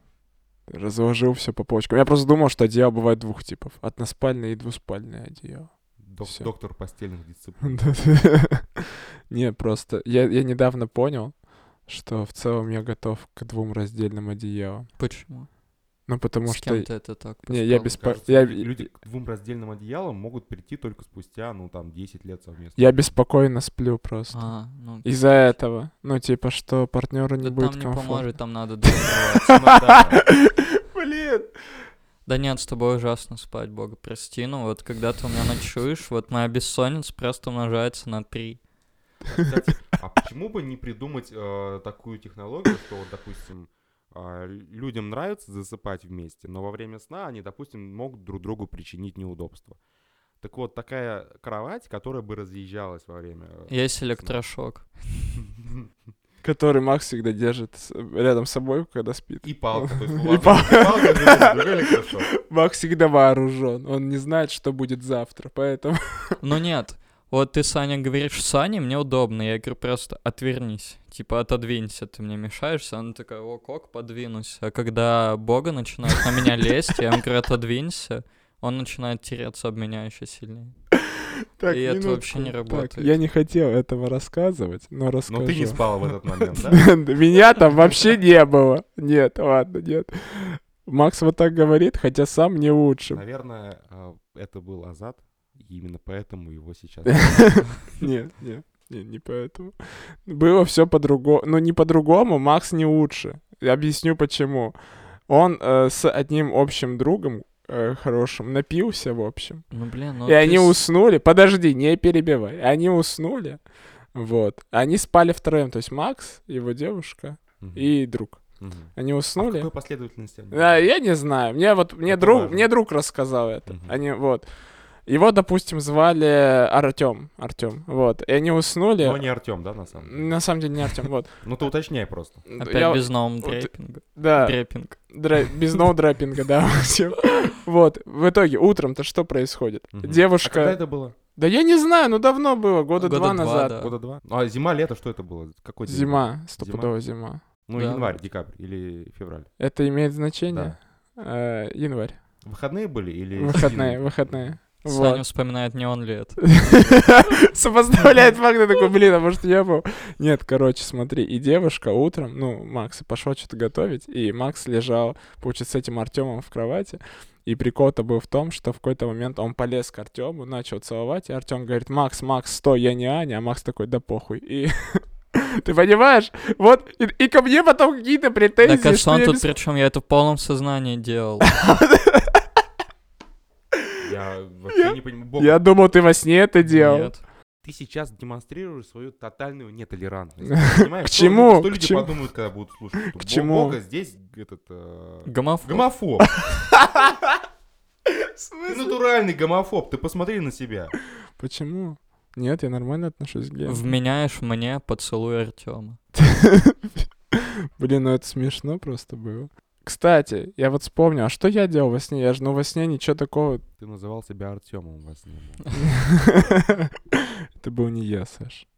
Speaker 1: Разложил все по полочкам. Я просто думал, что одеяла бывает двух типов. Односпальное и двуспальное одеяло. [laughs]
Speaker 2: Док-
Speaker 1: Всё.
Speaker 2: доктор постельных дисциплин.
Speaker 1: Да. Не, просто я, я недавно понял, что в целом я готов к двум раздельным одеялам.
Speaker 3: Почему?
Speaker 1: Ну, потому
Speaker 3: С
Speaker 1: что...
Speaker 3: кем ты это так
Speaker 1: Не, я
Speaker 3: поспал?
Speaker 1: без... по-
Speaker 2: Кажется,
Speaker 1: Я,
Speaker 2: лю- люди к двум раздельным одеялам могут прийти только спустя, ну, там, 10 лет совместно. Э,
Speaker 1: я беспокойно сплю просто.
Speaker 3: А, ну,
Speaker 1: Из-за этого. Ну, типа, что партнеру не
Speaker 3: да
Speaker 1: будет
Speaker 3: там не
Speaker 1: комфортно.
Speaker 3: поможет, там надо две кровати. Ну да.
Speaker 1: [laughs] Блин!
Speaker 3: Да нет, с тобой ужасно спать, бога прости, но вот когда ты у меня ночуешь, вот моя бессонница просто умножается на три.
Speaker 1: [laughs]
Speaker 2: Кстати, а почему бы не придумать э, такую технологию, что, вот, допустим, а, людям нравится засыпать вместе, но во время сна они, допустим, могут друг другу причинить неудобства. Так вот, такая кровать, которая бы разъезжалась во время... э,
Speaker 3: Есть
Speaker 2: сна.
Speaker 3: электрошок.
Speaker 1: Который Макс всегда держит с- рядом с собой, когда спит.
Speaker 2: [laughs] И палка. то есть у
Speaker 1: [laughs] И
Speaker 2: вас
Speaker 1: палка.
Speaker 2: [laughs] палка, другой- другой электрошок.
Speaker 1: Макс всегда вооружен. Он не знает, что будет завтра, поэтому...
Speaker 3: Ну нет, вот ты, Саня, говоришь, Саня, мне удобно. Я говорю, просто отвернись. Типа, отодвинься, ты мне мешаешься. Она такая, о, как подвинусь. А когда Бога начинает на меня лезть, я ему говорю, отодвинься, он начинает тереться об меня еще сильнее.
Speaker 1: [laughs] Так,
Speaker 3: И это
Speaker 1: минутку.
Speaker 3: вообще не
Speaker 1: Так,
Speaker 3: работает.
Speaker 1: я не хотел этого рассказывать, но расскажу.
Speaker 2: Но Ну, ты
Speaker 1: [laughs]
Speaker 2: не спал в этот момент, да?
Speaker 1: Меня там вообще не было. Нет, ладно, нет. Макс вот так говорит, хотя сам не лучше.
Speaker 2: Наверное, а, это был Азат, и именно поэтому
Speaker 1: [laughs]
Speaker 2: его сейчас...
Speaker 1: Нет, нет, не, не поэтому. Было все по-другому. Но не по-другому, Макс не лучше. Я объясню почему. Он э, с одним общим другом э, хорошим напился, в общем.
Speaker 3: Ну блин, ну
Speaker 1: и
Speaker 3: ты
Speaker 1: они
Speaker 3: с-
Speaker 1: уснули. Подожди, не перебивай. Они уснули. Вот. Они спали втроем. То есть Макс, его девушка
Speaker 2: Мгм.
Speaker 1: и А, друг.
Speaker 2: Мгм.
Speaker 1: Они
Speaker 2: А в
Speaker 1: уснули.
Speaker 2: какой последовательности? они
Speaker 1: Да, я не знаю. Мне вот мне
Speaker 2: Это
Speaker 1: друг,
Speaker 2: важно.
Speaker 1: мне друг рассказал это.
Speaker 2: Мгм.
Speaker 1: Они вот. Его, допустим, звали Артем. Артем. Вот. И они уснули.
Speaker 2: Но Ну, не Артем, да, на самом деле?
Speaker 1: На самом деле не Артем. Вот.
Speaker 2: Ну ты уточняй просто.
Speaker 3: Опять
Speaker 1: Я-
Speaker 3: без нового
Speaker 1: вот- а,
Speaker 3: дрейпинга.
Speaker 1: Да.
Speaker 3: Дрейпинг.
Speaker 1: дра- Без ноудрапинга, да. в общем. Вот. В итоге утром-то что происходит?
Speaker 2: Мгм. А когда
Speaker 1: Девушка.
Speaker 2: это было?
Speaker 1: Да я не знаю, ну давно было, года
Speaker 3: Года
Speaker 1: два
Speaker 3: два,
Speaker 1: назад.
Speaker 3: да.
Speaker 2: Года два? А зима, лето, что это было? Какой день?
Speaker 1: Зима, стопудово зима.
Speaker 2: Ну,
Speaker 3: Да.
Speaker 2: январь, декабрь или февраль.
Speaker 1: Это имеет значение? Э, Январь.
Speaker 2: Выходные были или...
Speaker 1: Выходные,
Speaker 2: [laughs] сидели?
Speaker 1: выходные. Вот.
Speaker 3: Саня вспоминает не он ли это.
Speaker 1: Сопоставляет факты, такой, блин, а может я был? Нет, короче, смотри, и девушка утром, ну, Макс пошла что-то готовить, и Макс лежал, получается, с этим Артемом в кровати, и прикол-то был в том, что в какой-то момент он полез к Артему, начал целовать, и Артем говорит, Макс, Макс, стой, я не Аня, а Макс такой, да похуй, и... [laughs] Ты понимаешь? Вот, и, и ко мне потом какие-то претензии.
Speaker 3: Так а что
Speaker 1: [laughs]
Speaker 3: он
Speaker 1: я
Speaker 3: тут
Speaker 1: без-
Speaker 3: причем? Я это в полном сознании делал.
Speaker 2: Я вообще не понимаю. Бог,
Speaker 1: Я думал, ты во сне это [laughs] делал.
Speaker 3: Нет.
Speaker 2: Ты сейчас демонстрируешь свою тотальную
Speaker 1: [laughs]
Speaker 2: нетолерантность. Ты Понимаешь,
Speaker 1: К
Speaker 2: что люди-
Speaker 1: чему?
Speaker 2: Что
Speaker 1: К
Speaker 2: люди
Speaker 1: чему?
Speaker 2: подумают, когда будут слушать? что Бо-
Speaker 1: чему? Гм.
Speaker 2: Бога здесь этот... э,
Speaker 3: Гомофоб.
Speaker 1: [laughs]
Speaker 2: Гомофоб. Ты натуральный гомофоб. Ты посмотри на себя.
Speaker 1: Почему? Нет, я нормально отношусь к геям.
Speaker 3: Вменяешь мне поцелуй Артема.
Speaker 1: [laughs] Блин, ну это смешно просто было. Кстати, я вот вспомнил, а что я делал во сне? Я же, ну, во сне ничего такого... [laughs]
Speaker 2: Ты называл себя Артемом во сне.
Speaker 1: Это был не я, Саш.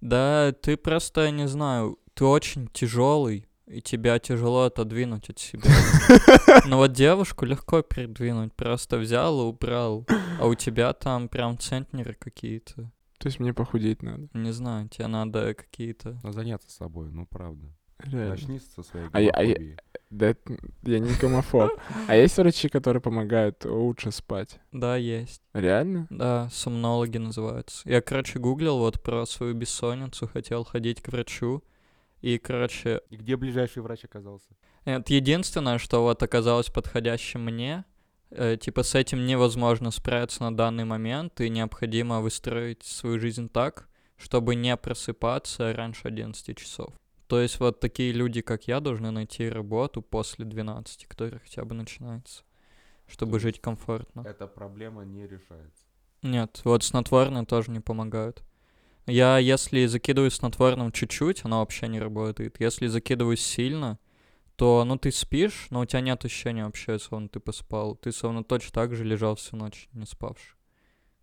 Speaker 3: Да, ты просто, не знаю, ты очень тяжелый, и тебя тяжело отодвинуть
Speaker 1: [laughs]
Speaker 3: от себя. Но вот девушку легко передвинуть, просто взял и убрал. А у тебя там прям центнеры какие-то.
Speaker 1: То есть мне похудеть надо.
Speaker 3: Не знаю, тебе надо какие-то...
Speaker 2: Но заняться собой, ну правда.
Speaker 1: Реально.
Speaker 2: Начни со своей
Speaker 1: А я- а я-
Speaker 2: гомофобии.
Speaker 1: Да это н- я не гомофоб. А есть врачи, которые помогают лучше спать?
Speaker 3: Да, есть.
Speaker 1: Реально?
Speaker 3: Да, сомнологи называются. Я, короче, гуглил вот про свою бессонницу, хотел ходить к врачу. И, короче,
Speaker 2: И где ближайший врач оказался?
Speaker 3: Это единственное, что вот оказалось подходящим мне. Э, типа с этим невозможно справиться на данный момент, и необходимо выстроить свою жизнь так, чтобы не просыпаться раньше 11 часов. То есть вот такие люди, как я, должны найти работу после 12, которая хотя бы начинается, чтобы жить комфортно.
Speaker 2: Эта проблема не решается.
Speaker 3: Нет, вот снотворные тоже не помогают. Я, если закидываю снотворным чуть-чуть, оно вообще не работает. Если закидываю сильно, то, ну, ты спишь, но у тебя нет ощущения вообще, словно ты поспал. Ты словно точно так же лежал всю ночь, не спавший.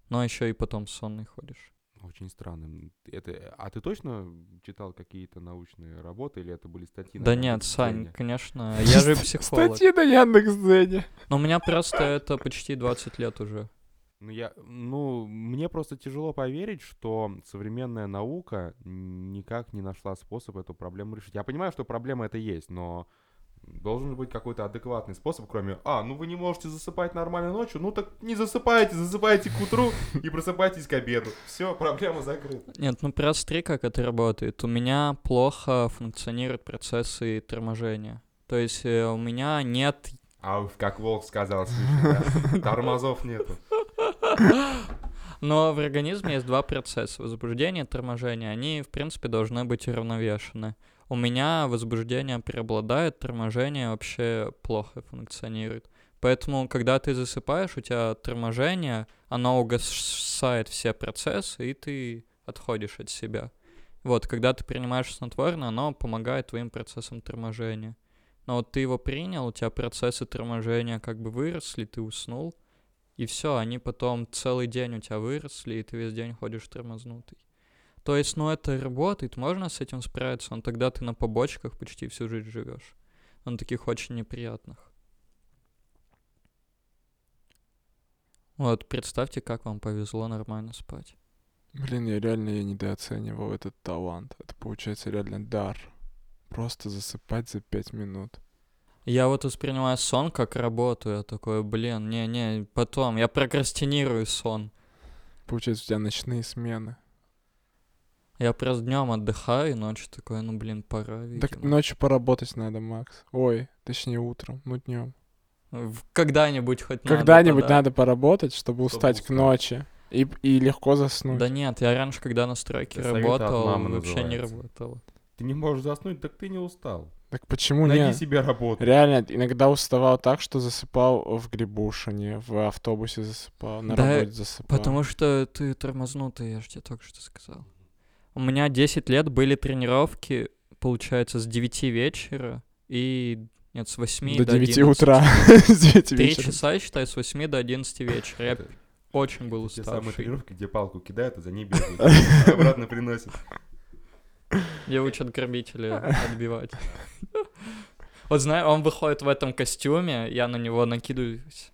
Speaker 3: Но еще и потом сонный ходишь.
Speaker 2: Очень странно. Это, а ты точно читал какие-то научные работы или это были статьи? на
Speaker 3: да нет,
Speaker 2: каком-то
Speaker 3: Сань,
Speaker 2: сайте?
Speaker 3: конечно, А я же психолог.
Speaker 1: Статьи на Яндекс.Дзене.
Speaker 3: Но у меня просто это почти 20 лет уже.
Speaker 2: Ну, я, ну, мне просто тяжело поверить, что современная наука никак не нашла способ эту проблему решить. Я понимаю, что проблема это есть, но должен же быть какой-то адекватный способ, кроме «А, ну вы не можете засыпать нормально ночью, ну так не засыпайте, засыпайте к утру и просыпайтесь к обеду». Все, проблема закрыта.
Speaker 3: Нет, ну простри, как это работает. У меня плохо функционируют процессы торможения. То есть э, у меня нет...
Speaker 2: А уж как Волк сказал, слышно, да? тормозов нету.
Speaker 3: Но в организме есть два процесса. Возбуждение и торможение. Они, в принципе, должны быть уравновешены. У меня возбуждение преобладает, торможение вообще плохо функционирует. Поэтому, когда ты засыпаешь, у тебя торможение, оно угасает все процессы, и ты отходишь от себя. Вот, когда ты принимаешь снотворное, оно помогает твоим процессам торможения. Но вот ты его принял, у тебя процессы торможения как бы выросли, ты уснул, и все, они потом целый день у тебя выросли, и ты весь день ходишь тормознутый. То есть, ну это работает, можно с этим справиться, но тогда ты на побочках почти всю жизнь живешь. Но на таких очень неприятных. Вот, представьте, как вам повезло нормально спать.
Speaker 1: Блин, я реально я недооценивал этот талант. Это получается реально дар. Просто засыпать за пять минут.
Speaker 3: Я вот воспринимаю сон как работу, я такой, блин, не-не, потом, я прокрастинирую сон.
Speaker 1: Получается, у тебя ночные смены.
Speaker 3: Я просто днем отдыхаю, и ночью такой, ну блин, пора,
Speaker 1: Так ну,
Speaker 3: видимо.
Speaker 1: ночью поработать надо, Макс. Ой, точнее утром, ну днем.
Speaker 3: В- Когда-нибудь хоть надо,
Speaker 1: Когда-нибудь
Speaker 3: да.
Speaker 1: надо поработать, чтобы устать к
Speaker 2: устать.
Speaker 1: ночи и, и легко заснуть.
Speaker 3: Да нет, я раньше, когда на стройке
Speaker 2: Это Ну, совет от
Speaker 3: работал,
Speaker 2: мамы
Speaker 3: вообще не
Speaker 2: называется.
Speaker 3: работал.
Speaker 2: Ты не можешь заснуть, так ты не устал.
Speaker 1: Так почему
Speaker 2: Найди
Speaker 1: нет?
Speaker 2: себе работу.
Speaker 1: Реально, иногда уставал так, что засыпал в грибушине, в автобусе засыпал, на
Speaker 3: Да,
Speaker 1: работе засыпал.
Speaker 3: Потому что ты тормознутый, я же тебе только что сказал. У меня 10 лет были тренировки, получается, с 9 вечера и... Нет, с 8
Speaker 1: до
Speaker 3: до
Speaker 1: 9
Speaker 3: 11.
Speaker 1: утра. [laughs] С 9
Speaker 3: [laughs] Три
Speaker 1: вечера.
Speaker 3: часа, я считаю, с 8 до 11 вечера. Я
Speaker 2: Это-
Speaker 3: очень был
Speaker 2: Те самые
Speaker 3: уставший.
Speaker 2: тренировки, где палку кидают, а за ней бегают. а Обратно приносят.
Speaker 3: Где учат грабителя
Speaker 2: [laughs]
Speaker 3: отбивать. Вот знаю, он выходит в этом костюме, я на него накидываюсь.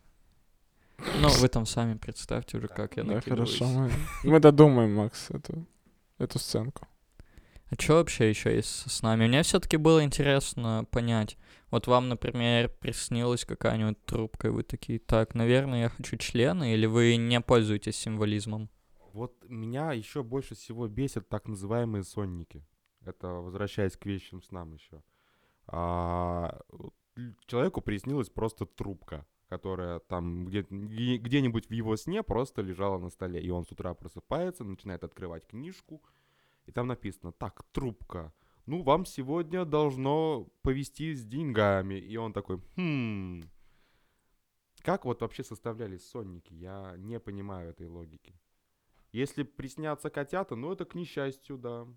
Speaker 3: Ну, вы там сами представьте уже, как я
Speaker 1: Да,
Speaker 3: накидываюсь.
Speaker 1: хорошо, мы, [laughs] мы додумаем, Макс, эту, эту сценку.
Speaker 3: А что вообще еще есть со снами? Мне все-таки было интересно понять. Вот вам, например, приснилась какая-нибудь трубка, и вы такие, так, наверное, я хочу члены, или вы не пользуетесь символизмом?
Speaker 2: Вот меня еще больше всего бесят так называемые сонники. Это возвращаясь к вещим снам еще. А, вот л- человеку приснилась просто трубка, которая там где- ге- где-нибудь в его сне просто лежала на столе. И он с утра просыпается, начинает открывать книжку, и там написано «Так, трубка, ну вам сегодня должно повезти с деньгами». И он такой «Хм...» Как вот вообще составлялись сонники? Я не понимаю этой логики. Если приснятся котята, ну это к несчастью, да.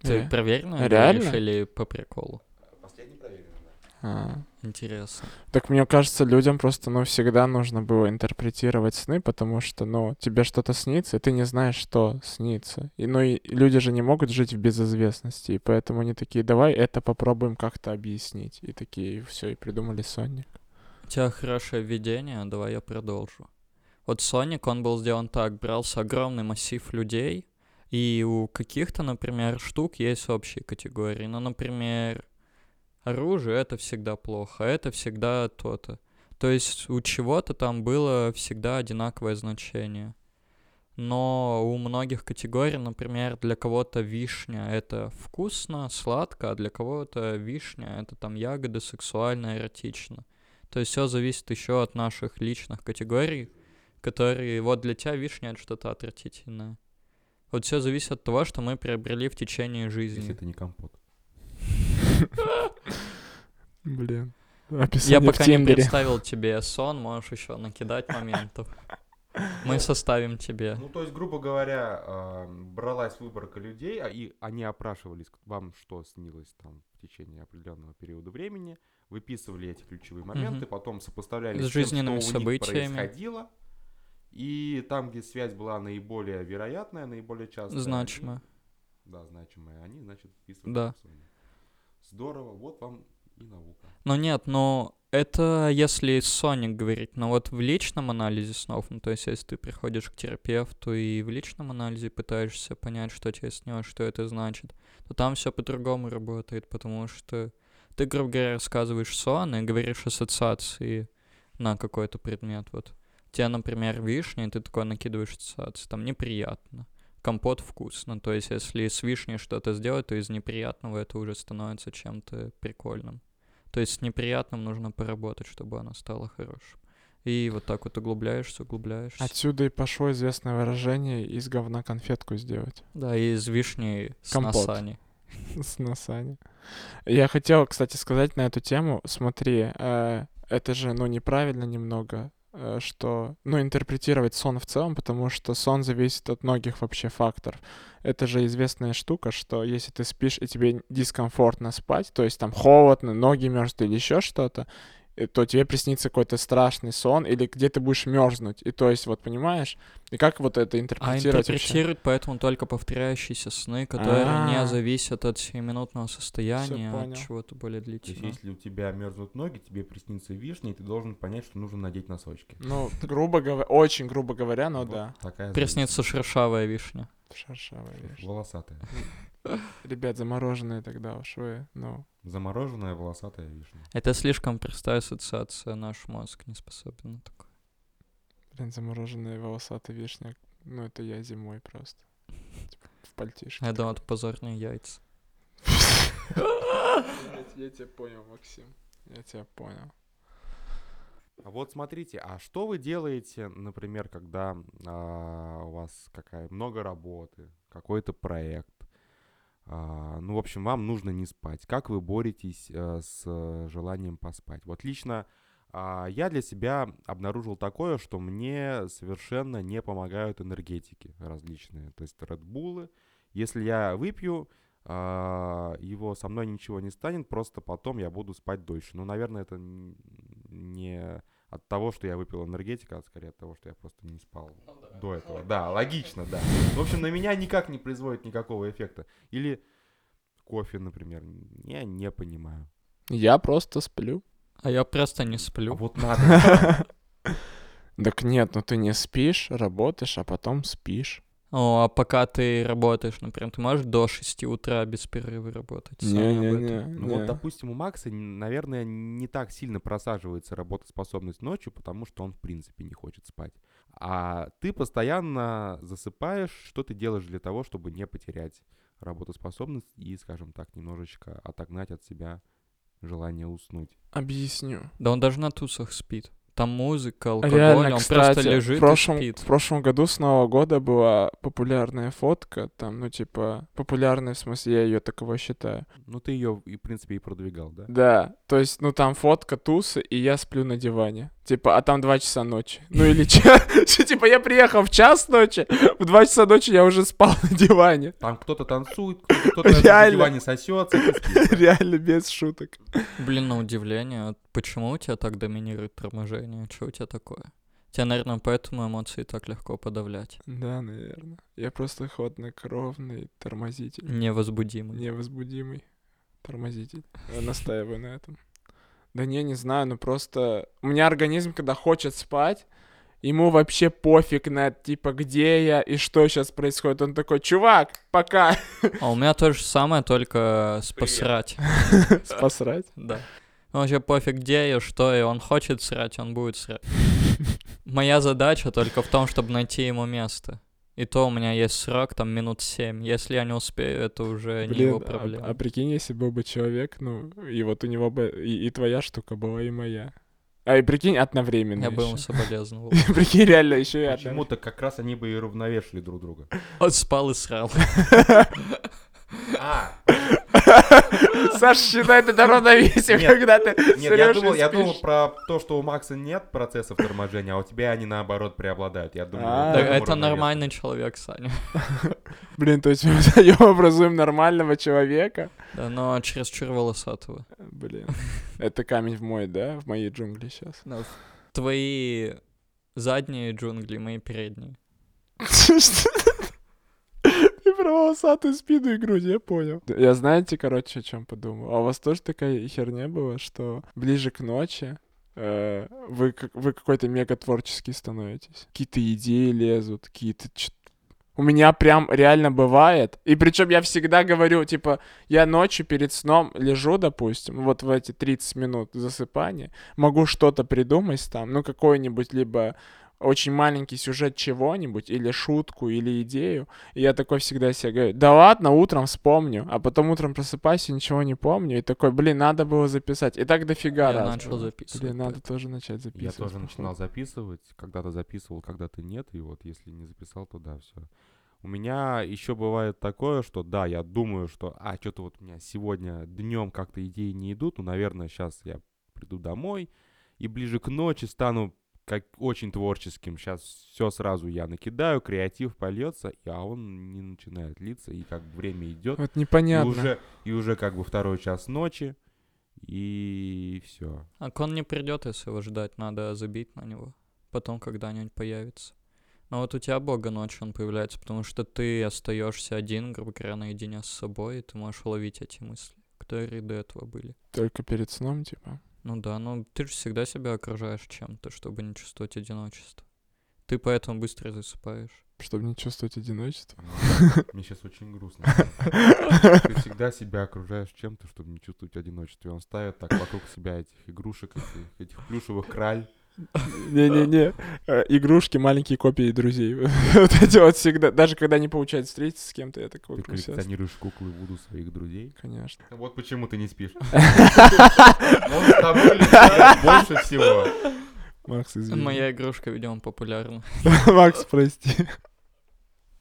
Speaker 3: Ты
Speaker 1: Э,
Speaker 3: проверено
Speaker 1: Реально?
Speaker 3: или по приколу?
Speaker 2: Последний проверен, да.
Speaker 1: а.
Speaker 3: Интересно.
Speaker 1: Так мне кажется, людям просто, ну, всегда нужно было интерпретировать сны, потому что, ну, тебе что-то снится, и ты не знаешь, что снится. И, ну, и люди же не могут жить в безызвестности, и поэтому они такие, давай это попробуем как-то объяснить. И такие, все, и придумали сонник.
Speaker 3: У тебя хорошее введение, давай я продолжу. Вот Соник, он был сделан так, брался огромный массив людей, и у каких-то, например, штук есть общие категории. Ну, например, оружие — это всегда плохо, а это всегда то-то. То есть у чего-то там было всегда одинаковое значение. Но у многих категорий, например, для кого-то вишня — это вкусно, сладко, а для кого-то вишня — это там ягоды, сексуально, эротично. То есть все зависит еще от наших личных категорий, которые вот для тебя вишня это что-то отвратительное. Вот все зависит от того, что мы приобрели в течение
Speaker 2: Если
Speaker 3: жизни.
Speaker 2: это не компот.
Speaker 1: Блин.
Speaker 3: Я
Speaker 1: Описание в
Speaker 3: пока не
Speaker 1: Тиндере.
Speaker 3: представил тебе сон, можешь еще накидать моментов. Мы составим тебе.
Speaker 2: Ну, то есть, грубо говоря, а, бралась выборка людей, а и они опрашивались, к- вам что снилось там в течение определенного периода времени, выписывали эти ключевые моменты,
Speaker 3: Мгм.
Speaker 2: потом сопоставляли
Speaker 3: С
Speaker 2: тем, что
Speaker 3: жизненными
Speaker 2: у них
Speaker 3: событиями.
Speaker 2: происходило, и там, где связь была наиболее вероятная, наиболее частая, они-
Speaker 3: Значимо.
Speaker 2: да, значимые, они, значит, вписывали
Speaker 3: Да.
Speaker 2: в сумму. Здорово, вот вам и наука.
Speaker 3: Но нет, ну это если Соник говорить, но вот в личном анализе снов, ну то есть если ты приходишь к терапевту и в личном анализе пытаешься понять, что тебе снилось, что это значит, то там все по-другому работает, потому что ты, грубо говоря, рассказываешь сон и говоришь ассоциации на какой-то предмет. Вот тебе, например, вишня, и ты такой накидываешь ассоциации, там неприятно. Компот вкусно, то есть если с вишней что-то сделать, то из неприятного это уже становится чем-то прикольным. То есть с неприятным нужно поработать, чтобы оно стало хорошим. И вот так вот углубляешься, углубляешься.
Speaker 1: Отсюда и пошло известное выражение «из говна конфетку сделать»
Speaker 3: Да, и из вишни с
Speaker 1: Компот.
Speaker 3: насани.
Speaker 1: с носами. Я хотел, кстати, сказать на эту тему. Смотри, э, это же, ну, неправильно немного, э, что, ну, интерпретировать сон в целом, потому что сон зависит от многих вообще факторов. Это же известная штука, что если ты спишь и тебе дискомфортно спать, то есть там холодно, ноги мерзнут или еще что-то, э, то тебе приснится какой-то страшный сон, или где ты будешь мерзнуть. И то есть, вот понимаешь, и как вот это
Speaker 3: А
Speaker 1: интерпретировать вообще?
Speaker 3: интерпретируют поэтому только повторяющиеся сны, которые не
Speaker 1: А.
Speaker 3: зависят от сиюминутного состояния,
Speaker 1: понял.
Speaker 3: от чего-то более
Speaker 2: То есть,
Speaker 3: длительного.
Speaker 2: если у тебя мерзнут ноги, тебе приснится вишня, и ты должен понять, что нужно надеть носочки.
Speaker 1: Ну, грубо говоря, очень грубо говоря, ну
Speaker 2: Вот
Speaker 1: да.
Speaker 2: Такая
Speaker 3: Приснится шершавая вишня.
Speaker 1: Шершавая
Speaker 2: зависимость.
Speaker 1: вещь.
Speaker 2: Волосатая.
Speaker 1: Ребят, замороженные тогда уж вы, ну.
Speaker 2: Замороженная волосатая вишня.
Speaker 3: Это слишком простая ассоциация, наш мозг не способен на такое.
Speaker 1: Блин, замороженные волосатые вишня. Ну, это я зимой просто. Типа, в пальтишке. [laughs]
Speaker 3: Я думал,
Speaker 1: такой.
Speaker 3: это позорные яйца.
Speaker 1: Я т- Я тебя понял, Максим. Я тебя понял.
Speaker 2: А Вот смотрите, а что вы делаете, например, когда а, у вас какая много работы, какой-то проект? а, ну, в общем, вам нужно не спать. Как вы боретесь э, с э, желанием поспать? Вот лично а, я для себя обнаружил такое, что мне совершенно не помогают энергетики различные, то есть редбулы. Если я выпью, а, его со мной ничего не станет, просто потом я буду спать дольше. Ну, наверное, это н- не от того, что я выпил энергетика, а скорее от того, что я просто не спал до этого. Ну Да, логично, да. В общем, на меня никак не производит никакого эффекта. Или кофе, например. Я не понимаю.
Speaker 1: Я просто [laughs] сплю.
Speaker 3: А я просто не сплю.
Speaker 2: А вот
Speaker 1: [laughs]
Speaker 2: надо.
Speaker 1: Так нет, ну ты не спишь, работаешь, а потом спишь.
Speaker 3: О, а пока ты работаешь, например, ты можешь до 6 утра без перерыва работать? Сами об этом.
Speaker 1: Не-не-не.
Speaker 2: Ну вот,
Speaker 1: не.
Speaker 2: допустим, у Макса, н- наверное, не так сильно просаживается работоспособность ночью, потому что он, в принципе, не хочет спать. А ты постоянно засыпаешь, что ты делаешь для того, чтобы не потерять работоспособность и, скажем так, немножечко отогнать от себя желание уснуть.
Speaker 1: Объясню.
Speaker 3: Да он даже на тусах спит. Там музыка, алкоголь,
Speaker 1: Реально,
Speaker 3: он
Speaker 1: кстати,
Speaker 3: просто лежит
Speaker 1: в прошлом,
Speaker 3: и спит.
Speaker 1: в прошлом году с Нового года была популярная фотка, там, ну, типа, популярная, в смысле, я ее таковой считаю.
Speaker 2: Ну, ты ее, в принципе, и продвигал, да?
Speaker 1: Да, то есть, ну, там фотка тусы, и я сплю на диване. Типа, а там 2 часа ночи. Ну, или [laughs] ча- типа, я приехал в час ночи, в 2 часа ночи я уже спал на диване. [laughs]
Speaker 2: Там кто-то танцует, кто-то кто-то на
Speaker 1: Реально.
Speaker 2: диване сосется. ты спишь.
Speaker 1: Реально, без шуток.
Speaker 3: Блин, на удивление, вот почему у тебя так доминирует торможение? Что у тебя такое? Тебя, наверное, поэтому эмоции так легко подавлять.
Speaker 1: Да, наверное. Я просто хладнокровный тормозитель.
Speaker 3: Невозбудимый.
Speaker 1: Невозбудимый [laughs] тормозитель. Я настаиваю на этом. Да не, не знаю, ну просто... У меня организм, когда хочет спать, ему вообще пофиг на, типа, где я и что сейчас происходит. Он такой, чувак, пока. [laughs]
Speaker 3: А у меня то же самое, только с посрать.
Speaker 1: Посрать.
Speaker 3: Да. Ну, вообще пофиг, где я, что я, он хочет срать, он будет срать. Моя задача только в том, чтобы найти ему место. И то у меня есть срок, там, минут семь. Если я не успею, это уже не его
Speaker 1: Блин,
Speaker 3: проблема.
Speaker 1: а, а прикинь, если был бы человек, ну, и вот у него бы и, и твоя штука была, и моя. А и прикинь, одновременно
Speaker 3: Я бы ему
Speaker 1: ещё. [laughs]
Speaker 3: соболезновал.
Speaker 1: Прикинь, реально еще и одновременно.
Speaker 2: Почему-то как раз они бы и равновешили друг друга.
Speaker 3: Он спал и срал.
Speaker 2: А,
Speaker 1: Саша считает это равновесием,
Speaker 2: Нет,
Speaker 1: когда ты
Speaker 2: [laughs] Нет, я
Speaker 1: срёшь
Speaker 2: думал,
Speaker 1: и
Speaker 2: я думал
Speaker 1: спишь.
Speaker 2: про то, что у Макса нет процессов торможения, а у тебя они наоборот преобладают. Я думаю,
Speaker 1: А,
Speaker 2: вот
Speaker 3: Да,
Speaker 2: в этом
Speaker 3: это
Speaker 2: равновесие.
Speaker 3: нормальный человек, Саня.
Speaker 1: Блин, то есть мы [laughs] вдвоём образуем нормального человека.
Speaker 3: Да, но чересчур волосатого.
Speaker 1: Блин. Это камень в мой, да? В моей джунгли
Speaker 3: [laughs]
Speaker 1: сейчас.
Speaker 3: Твои задние джунгли, мои передние.
Speaker 1: Ты про волосатую спину и грудь, я понял. Я знаете, короче, о чем подумал? А у вас тоже такая херня была, что ближе к ночи э, вы, как- вы какой-то мега творческий становитесь. Какие-то идеи лезут, какие-то... чт- У меня прям реально бывает. И причем я всегда говорю, типа, я ночью перед сном лежу, допустим, вот в эти 30 минут засыпания, могу что-то придумать там, ну, какой-нибудь либо очень маленький сюжет чего-нибудь, или шутку, или идею. И я такой всегда себе говорю, да ладно, утром вспомню. А потом утром просыпаюсь и ничего не помню. И такой, блин, надо было записать. И так дофига
Speaker 3: Я
Speaker 1: раз
Speaker 3: начал
Speaker 1: было.
Speaker 3: записывать.
Speaker 1: Блин, надо
Speaker 3: поэтому.
Speaker 1: тоже начать
Speaker 2: Я
Speaker 1: записывать.
Speaker 2: тоже
Speaker 1: походу.
Speaker 2: начинал записывать, когда-то записывал, когда-то нет, и вот если не записал, то да, все. У меня еще бывает такое, что да, я думаю, что а что-то вот у меня сегодня днем как-то идеи не идут, ну наверное сейчас я приду домой и ближе к ночи стану как очень творческим. Сейчас все сразу я накидаю, креатив польется, а он не начинает литься и как бы время идет.
Speaker 1: Вот
Speaker 2: И
Speaker 1: непонятно.
Speaker 2: уже, и уже как бы второй час ночи, и все.
Speaker 3: А кон не придет, если его ждать, надо забить на него. Потом когда-нибудь появится. Но вот у тебя бога ночью он появляется, потому что ты остаешься один, грубо говоря, наедине с собой, и ты можешь ловить эти мысли, которые до этого были.
Speaker 1: Только перед сном, типа.
Speaker 3: Ну да, ну ты же всегда себя окружаешь чем-то, чтобы не чувствовать одиночество. Ты поэтому быстро засыпаешь.
Speaker 1: Чтобы не чувствовать одиночество.
Speaker 2: Мне сейчас очень грустно. [laughs] Ты всегда себя окружаешь чем-то, чтобы не чувствовать одиночество. И он ставит так вокруг себя этих игрушек, этих, этих плюшевых краль.
Speaker 1: [laughs] Не-не-не. Э, Игрушки, маленькие копии друзей. [laughs] Вот эти вот всегда. Даже когда не получается встретиться с кем-то, я такой
Speaker 2: Ты
Speaker 1: вокруг себя
Speaker 2: коллекционируешь куклы Вуду своих друзей.
Speaker 1: с-
Speaker 2: [laughs]
Speaker 1: Конечно.
Speaker 2: Вот почему ты не спишь. Он с тобой летает больше всего.
Speaker 1: Макс, извини.
Speaker 3: Моя игрушка, видимо, популярна.
Speaker 1: [laughs] Макс, прости.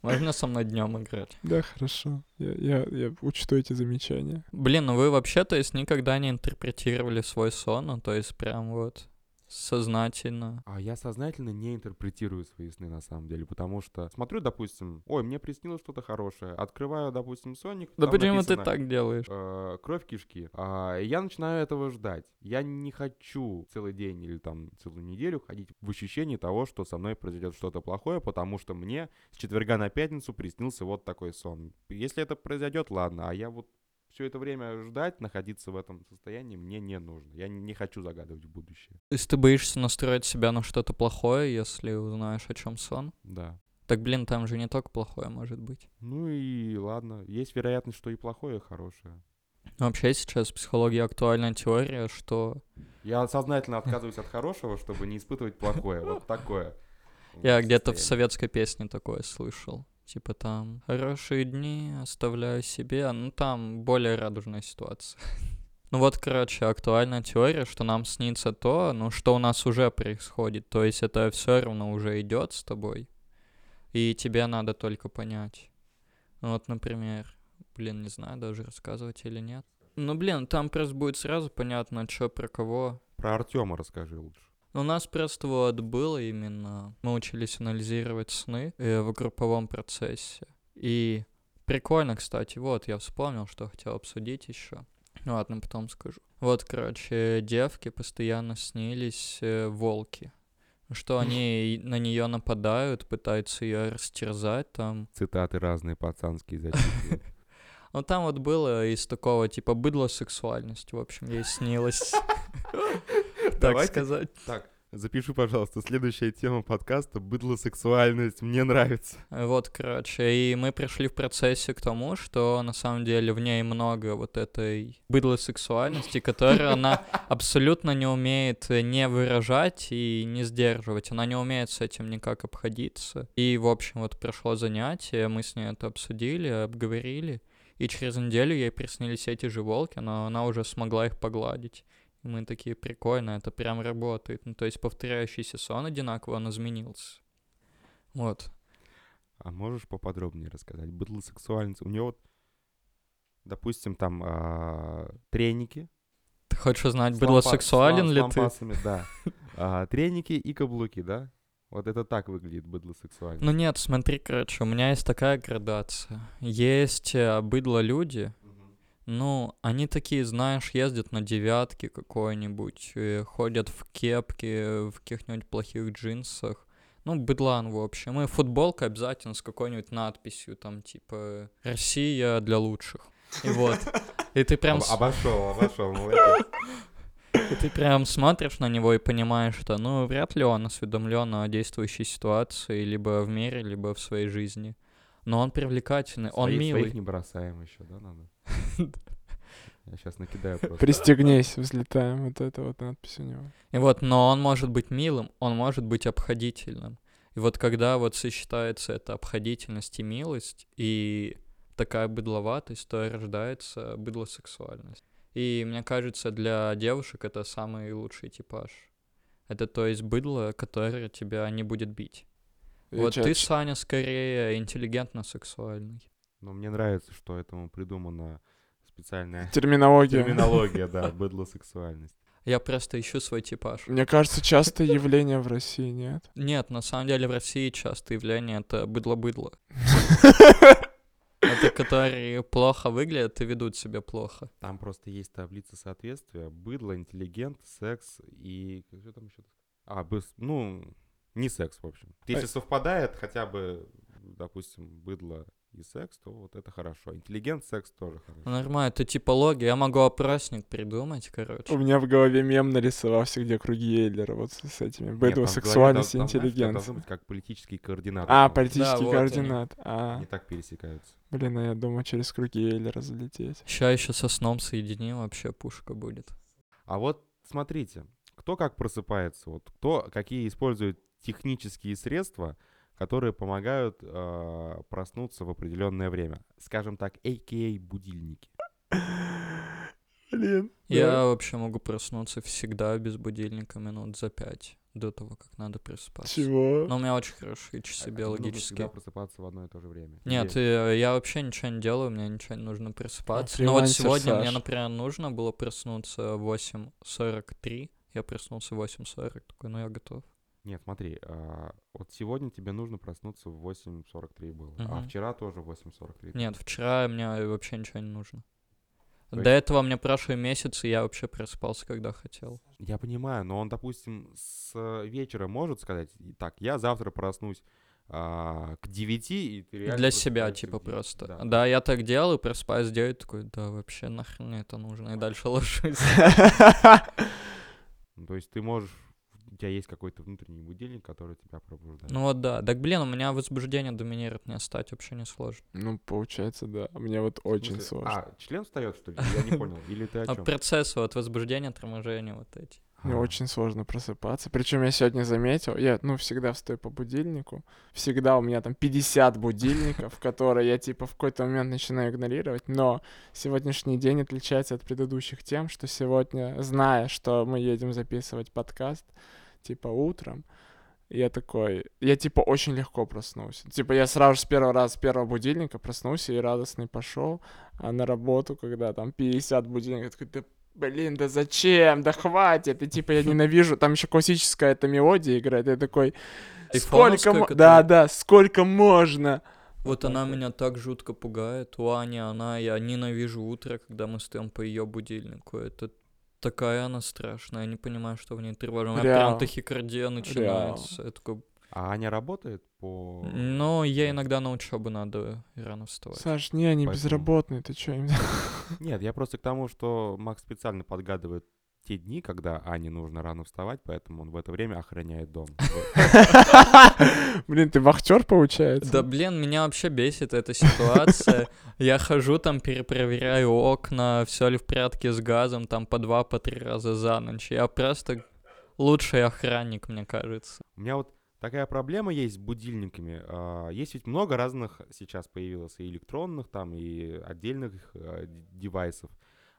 Speaker 3: Можно со мной днем играть.
Speaker 1: Да, хорошо. Я, я, я учту эти замечания.
Speaker 3: Блин, ну вы вообще, то есть, никогда не интерпретировали свой сон, ну, то есть, прям вот сознательно.
Speaker 2: А я сознательно не интерпретирую свои сны на самом деле, потому что смотрю, допустим, ой, мне приснилось что-то хорошее, открываю, допустим, Соник.
Speaker 3: Да
Speaker 2: там
Speaker 3: почему ты
Speaker 2: написано,
Speaker 3: так делаешь?
Speaker 2: э, кровь кишки. А, и я начинаю этого ждать. Я не хочу целый день или там целую неделю ходить в ощущении того, что со мной произойдет что-то плохое, потому что мне с четверга на пятницу приснился вот такой сон. Если это произойдет, ладно, а я вот все это время ждать, находиться в этом состоянии мне не нужно. Я не хочу загадывать в будущее.
Speaker 3: То есть ты боишься настроить себя на что-то плохое, если узнаешь, о чем сон?
Speaker 2: Да.
Speaker 3: Так, блин, там же не только плохое может быть.
Speaker 2: Ну и ладно. Есть вероятность, что и плохое, и хорошее.
Speaker 3: Но вообще сейчас в психологии актуальная теория, что
Speaker 2: Я сознательно отказываюсь от хорошего, чтобы не испытывать плохое. Вот такое.
Speaker 3: Я где-то в
Speaker 2: состояние.
Speaker 3: советской песне такое слышал. Типа там «Хорошие дни оставляю себе», а, ну там более радужная ситуация. [laughs] Ну вот, короче, актуальная теория, что нам снится то, ну что у нас уже происходит. То есть это все равно уже идет с тобой, и тебе надо только понять. Ну вот, например, блин, не знаю, даже рассказывать или нет. Ну блин, там просто будет сразу понятно, что про кого.
Speaker 2: Про Артема расскажи лучше.
Speaker 3: У нас просто вот было именно, мы учились анализировать сны э, в групповом процессе. И прикольно, кстати, вот, я вспомнил, что хотел обсудить еще. Ну ладно, потом скажу. Вот, короче, девки постоянно снились э, волки. Что они и на нее нападают, пытаются ее растерзать там.
Speaker 2: Цитаты разные пацанские [laughs] зачитывают.
Speaker 3: Ну там вот было из такого типа быдло сексуальность, в общем, ей снилось, [laughs] так
Speaker 2: Давайте-
Speaker 3: сказать.
Speaker 2: Так, запиши, пожалуйста, следующая тема подкаста «Быдлосексуальность». Мне нравится.
Speaker 3: Вот, короче, и мы пришли в процессе к тому, что на самом деле в ней много вот этой быдлосексуальности, которую она абсолютно не умеет э, не выражать и не сдерживать. Она не умеет с этим никак обходиться. И, в общем, вот прошло занятие, мы с ней это обсудили, обговорили. И через неделю ей приснились эти же волки, но она уже смогла их погладить. И мы такие, прикольно, это прям работает. Ну, то есть повторяющийся сон одинаково, он изменился. Вот.
Speaker 2: А можешь поподробнее рассказать? Быдлосексуальность. У нее вот допустим, там а, треники.
Speaker 3: Ты хочешь узнать,
Speaker 2: с
Speaker 3: было
Speaker 2: лампа- с
Speaker 3: сексуален
Speaker 2: лам- с
Speaker 3: ли ты?
Speaker 2: лампасами, да. [laughs] А, треники и каблуки, да? Вот это так выглядит быдлосексуально.
Speaker 3: Ну нет, смотри, короче, у меня есть такая градация. Есть э, быдло люди, ну, они такие, знаешь, ездят на девятке какой-нибудь, э, ходят в кепке, э, в каких-нибудь плохих джинсах. Ну, быдлан, в общем. И футболка обязательно с какой-нибудь надписью, там, типа, «Россия для лучших». И вот. И ты
Speaker 2: А,
Speaker 3: прям... с-
Speaker 2: Обошел, обошел, молодец.
Speaker 3: и ты прям смотришь на него и понимаешь, что, ну, вряд ли он осведомлен о действующей ситуации либо в мире, либо в своей жизни. Но он привлекательный, он
Speaker 2: Свои-
Speaker 3: милый.
Speaker 2: Своих не бросаем еще, да,
Speaker 3: [laughs]
Speaker 2: надо? Я сейчас накидаю просто.
Speaker 1: Пристегнись, взлетаем. Вот это вот надпись у него.
Speaker 3: И вот, но он может быть милым, он может быть обходительным. И вот когда вот сочетается эта обходительность и милость, и такая быдловатость, то и рождается быдлосексуальность. И мне кажется, для девушек это самый лучший типаж. Это то есть быдло, которое тебя не будет бить.
Speaker 1: И
Speaker 3: вот
Speaker 1: чё-
Speaker 3: ты,
Speaker 1: чё-
Speaker 3: Саня, скорее интеллигентно-сексуальный.
Speaker 2: Но мне нравится, что этому придумана специальная
Speaker 1: Терминология.
Speaker 2: [laughs] терминология, да, быдлосексуальность.
Speaker 3: Я просто ищу свой типаж.
Speaker 1: Мне кажется, частое явление в России, нет?
Speaker 3: Нет, на самом деле в России частое явление это быдло-быдло.
Speaker 2: А
Speaker 3: Это которые плохо выглядят и ведут себя плохо.
Speaker 2: Там просто есть таблица соответствия. Быдло, интеллигент, секс и... Что там еще? А, быс- ну, не секс, в общем. Если совпадает хотя бы, допустим, быдло и секс, то вот это хорошо. Интеллигент, секс тоже хорошо.
Speaker 3: Нормально, это типология. Я могу опросник придумать,
Speaker 1: У
Speaker 3: короче.
Speaker 1: меня в голове мем нарисовался, где круги Эйлера, вот с с этими.
Speaker 2: Нет, там
Speaker 1: Быдло,
Speaker 2: в голове
Speaker 1: сексуальность и
Speaker 2: дол- там, знаешь, там
Speaker 1: интеллигенция.
Speaker 2: должны быть как политические координаты.
Speaker 1: А,
Speaker 2: по-моему.
Speaker 3: Да,
Speaker 1: политический
Speaker 3: вот
Speaker 1: координат. А,
Speaker 2: Не так пересекаются.
Speaker 1: блин, а я думал через круги Эйлера залететь.
Speaker 3: Ща еще со сном соединим, вообще пушка будет.
Speaker 2: А вот смотрите, кто как просыпается, вот кто какие использует технические средства, которые помогают э, проснуться в определенное время. Скажем так, а.к.а. будильники.
Speaker 1: Блин.
Speaker 3: Я вообще могу проснуться всегда без будильника минут за пять до того, как надо
Speaker 1: да.
Speaker 3: просыпаться.
Speaker 1: Чего?
Speaker 2: Ну.
Speaker 3: Но у меня очень
Speaker 2: А-
Speaker 3: хорошие
Speaker 2: а тебе
Speaker 3: часы
Speaker 2: Нужно всегда
Speaker 3: биологические.
Speaker 2: просыпаться в одно и то же время.
Speaker 3: Нет,
Speaker 2: Или-
Speaker 3: э, я вообще ничего не делаю, мне ничего не нужно просыпаться.
Speaker 2: А,
Speaker 3: Но вот
Speaker 1: фрилансер
Speaker 3: сегодня мне,
Speaker 1: Саша.
Speaker 3: например, нужно было проснуться в 8.43. Я проснулся в 8.40, такой, ну я готов.
Speaker 2: Нет, смотри, а, вот сегодня тебе нужно проснуться в 8.43 было, а
Speaker 3: Мгм.
Speaker 2: вчера тоже в 8.43.
Speaker 3: Нет, вчера мне вообще ничего не нужно.
Speaker 2: То
Speaker 3: До
Speaker 2: есть-
Speaker 3: этого мне прошлый месяц, и я вообще просыпался, когда хотел.
Speaker 2: Я понимаю, но он, допустим, с э, вечера может сказать, «И так, я завтра проснусь а, к 9, и ты реально
Speaker 3: Для себя,
Speaker 2: просыпаешься
Speaker 3: типа,
Speaker 2: к 9.
Speaker 3: просто. Да.
Speaker 2: Да.
Speaker 3: я так делаю, просыпаюсь 9, такой, да, вообще нахрен мне это нужно, и
Speaker 2: [laughs]
Speaker 3: дальше ложусь.
Speaker 2: Ну, То есть ты можешь, у тебя есть какой-то внутренний будильник, который тебя пробуждает.
Speaker 3: Ну вот да, так блин, у меня возбуждение доминирует, мне стать вообще не сложно.
Speaker 1: [laughs] Ну, получается, да. Мне вот
Speaker 2: В
Speaker 1: очень
Speaker 2: смысле,
Speaker 1: сложно.
Speaker 2: А, член встает, что ли? Я не понял. Или ты о А.
Speaker 3: А
Speaker 2: чем?
Speaker 3: процессы вот возбуждения, торможения вот эти.
Speaker 1: Мне очень сложно просыпаться. Причем я сегодня заметил, я, ну, всегда встаю по будильнику. Всегда у меня там 50 будильников, которые я, типа, в какой-то момент начинаю игнорировать. Но сегодняшний день отличается от предыдущих тем, что сегодня, зная, что мы едем записывать подкаст, типа, утром, я такой, я типа очень легко проснулся. Типа я сразу же с первого раза, с первого будильника проснулся и радостный пошел. А на работу, когда там 50 будильников, я такой, да блин, да зачем, да хватит. И типа я ненавижу, там еще классическая эта мелодия играет. Я такой, сколько,
Speaker 3: Айфоновская,
Speaker 1: мо- да,
Speaker 3: которая-
Speaker 1: да, сколько можно.
Speaker 3: Вот
Speaker 1: так
Speaker 3: она
Speaker 1: вот.
Speaker 3: меня так жутко пугает. У Ани она, я ненавижу утро, когда мы стоим по ее будильнику. Это такая она страшная. Я не понимаю, что в ней тревожно. У меня
Speaker 1: Реал.
Speaker 3: прям тахикардия начинается. Я такой,
Speaker 2: А Аня работает по...
Speaker 3: ну, ей
Speaker 2: да.
Speaker 3: иногда на учебу надо рано вставать.
Speaker 1: Саш, не, они
Speaker 2: Поэтому-
Speaker 1: безработные, ты что
Speaker 2: [laughs]
Speaker 1: им?
Speaker 2: Нет, я просто к тому, что Макс специально подгадывает те дни, когда Ане нужно рано вставать, поэтому он в это время охраняет дом. Вот.
Speaker 1: Блин, ты вахтер получается?
Speaker 3: Да блин, меня вообще бесит
Speaker 1: [laughs]
Speaker 3: эта ситуация. Я хожу там, перепроверяю окна, все ли в порядке с газом, там по два, по три раза за ночь. Я просто лучший охранник, мне кажется.
Speaker 2: У меня вот такая проблема есть с будильниками. А, Есть ведь много разных сейчас появилось и электронных там, и отдельных э, д- девайсов.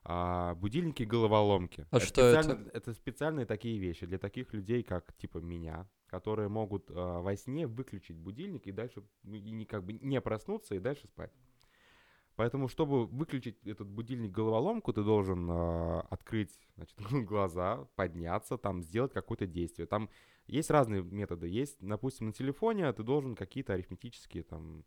Speaker 2: А, будильники головоломки.
Speaker 3: А что это?
Speaker 2: специально- это? специальные такие вещи для таких людей, как типа меня, которые могут э, во сне выключить будильник и дальше ну, и не, как бы не проснуться и дальше спать. Поэтому, чтобы выключить этот будильник-головоломку, ты должен э, открыть значит, [laughs] глаза, подняться, там сделать какое-то действие. Там есть разные методы. Есть, допустим, на телефоне ты должен какие-то арифметические там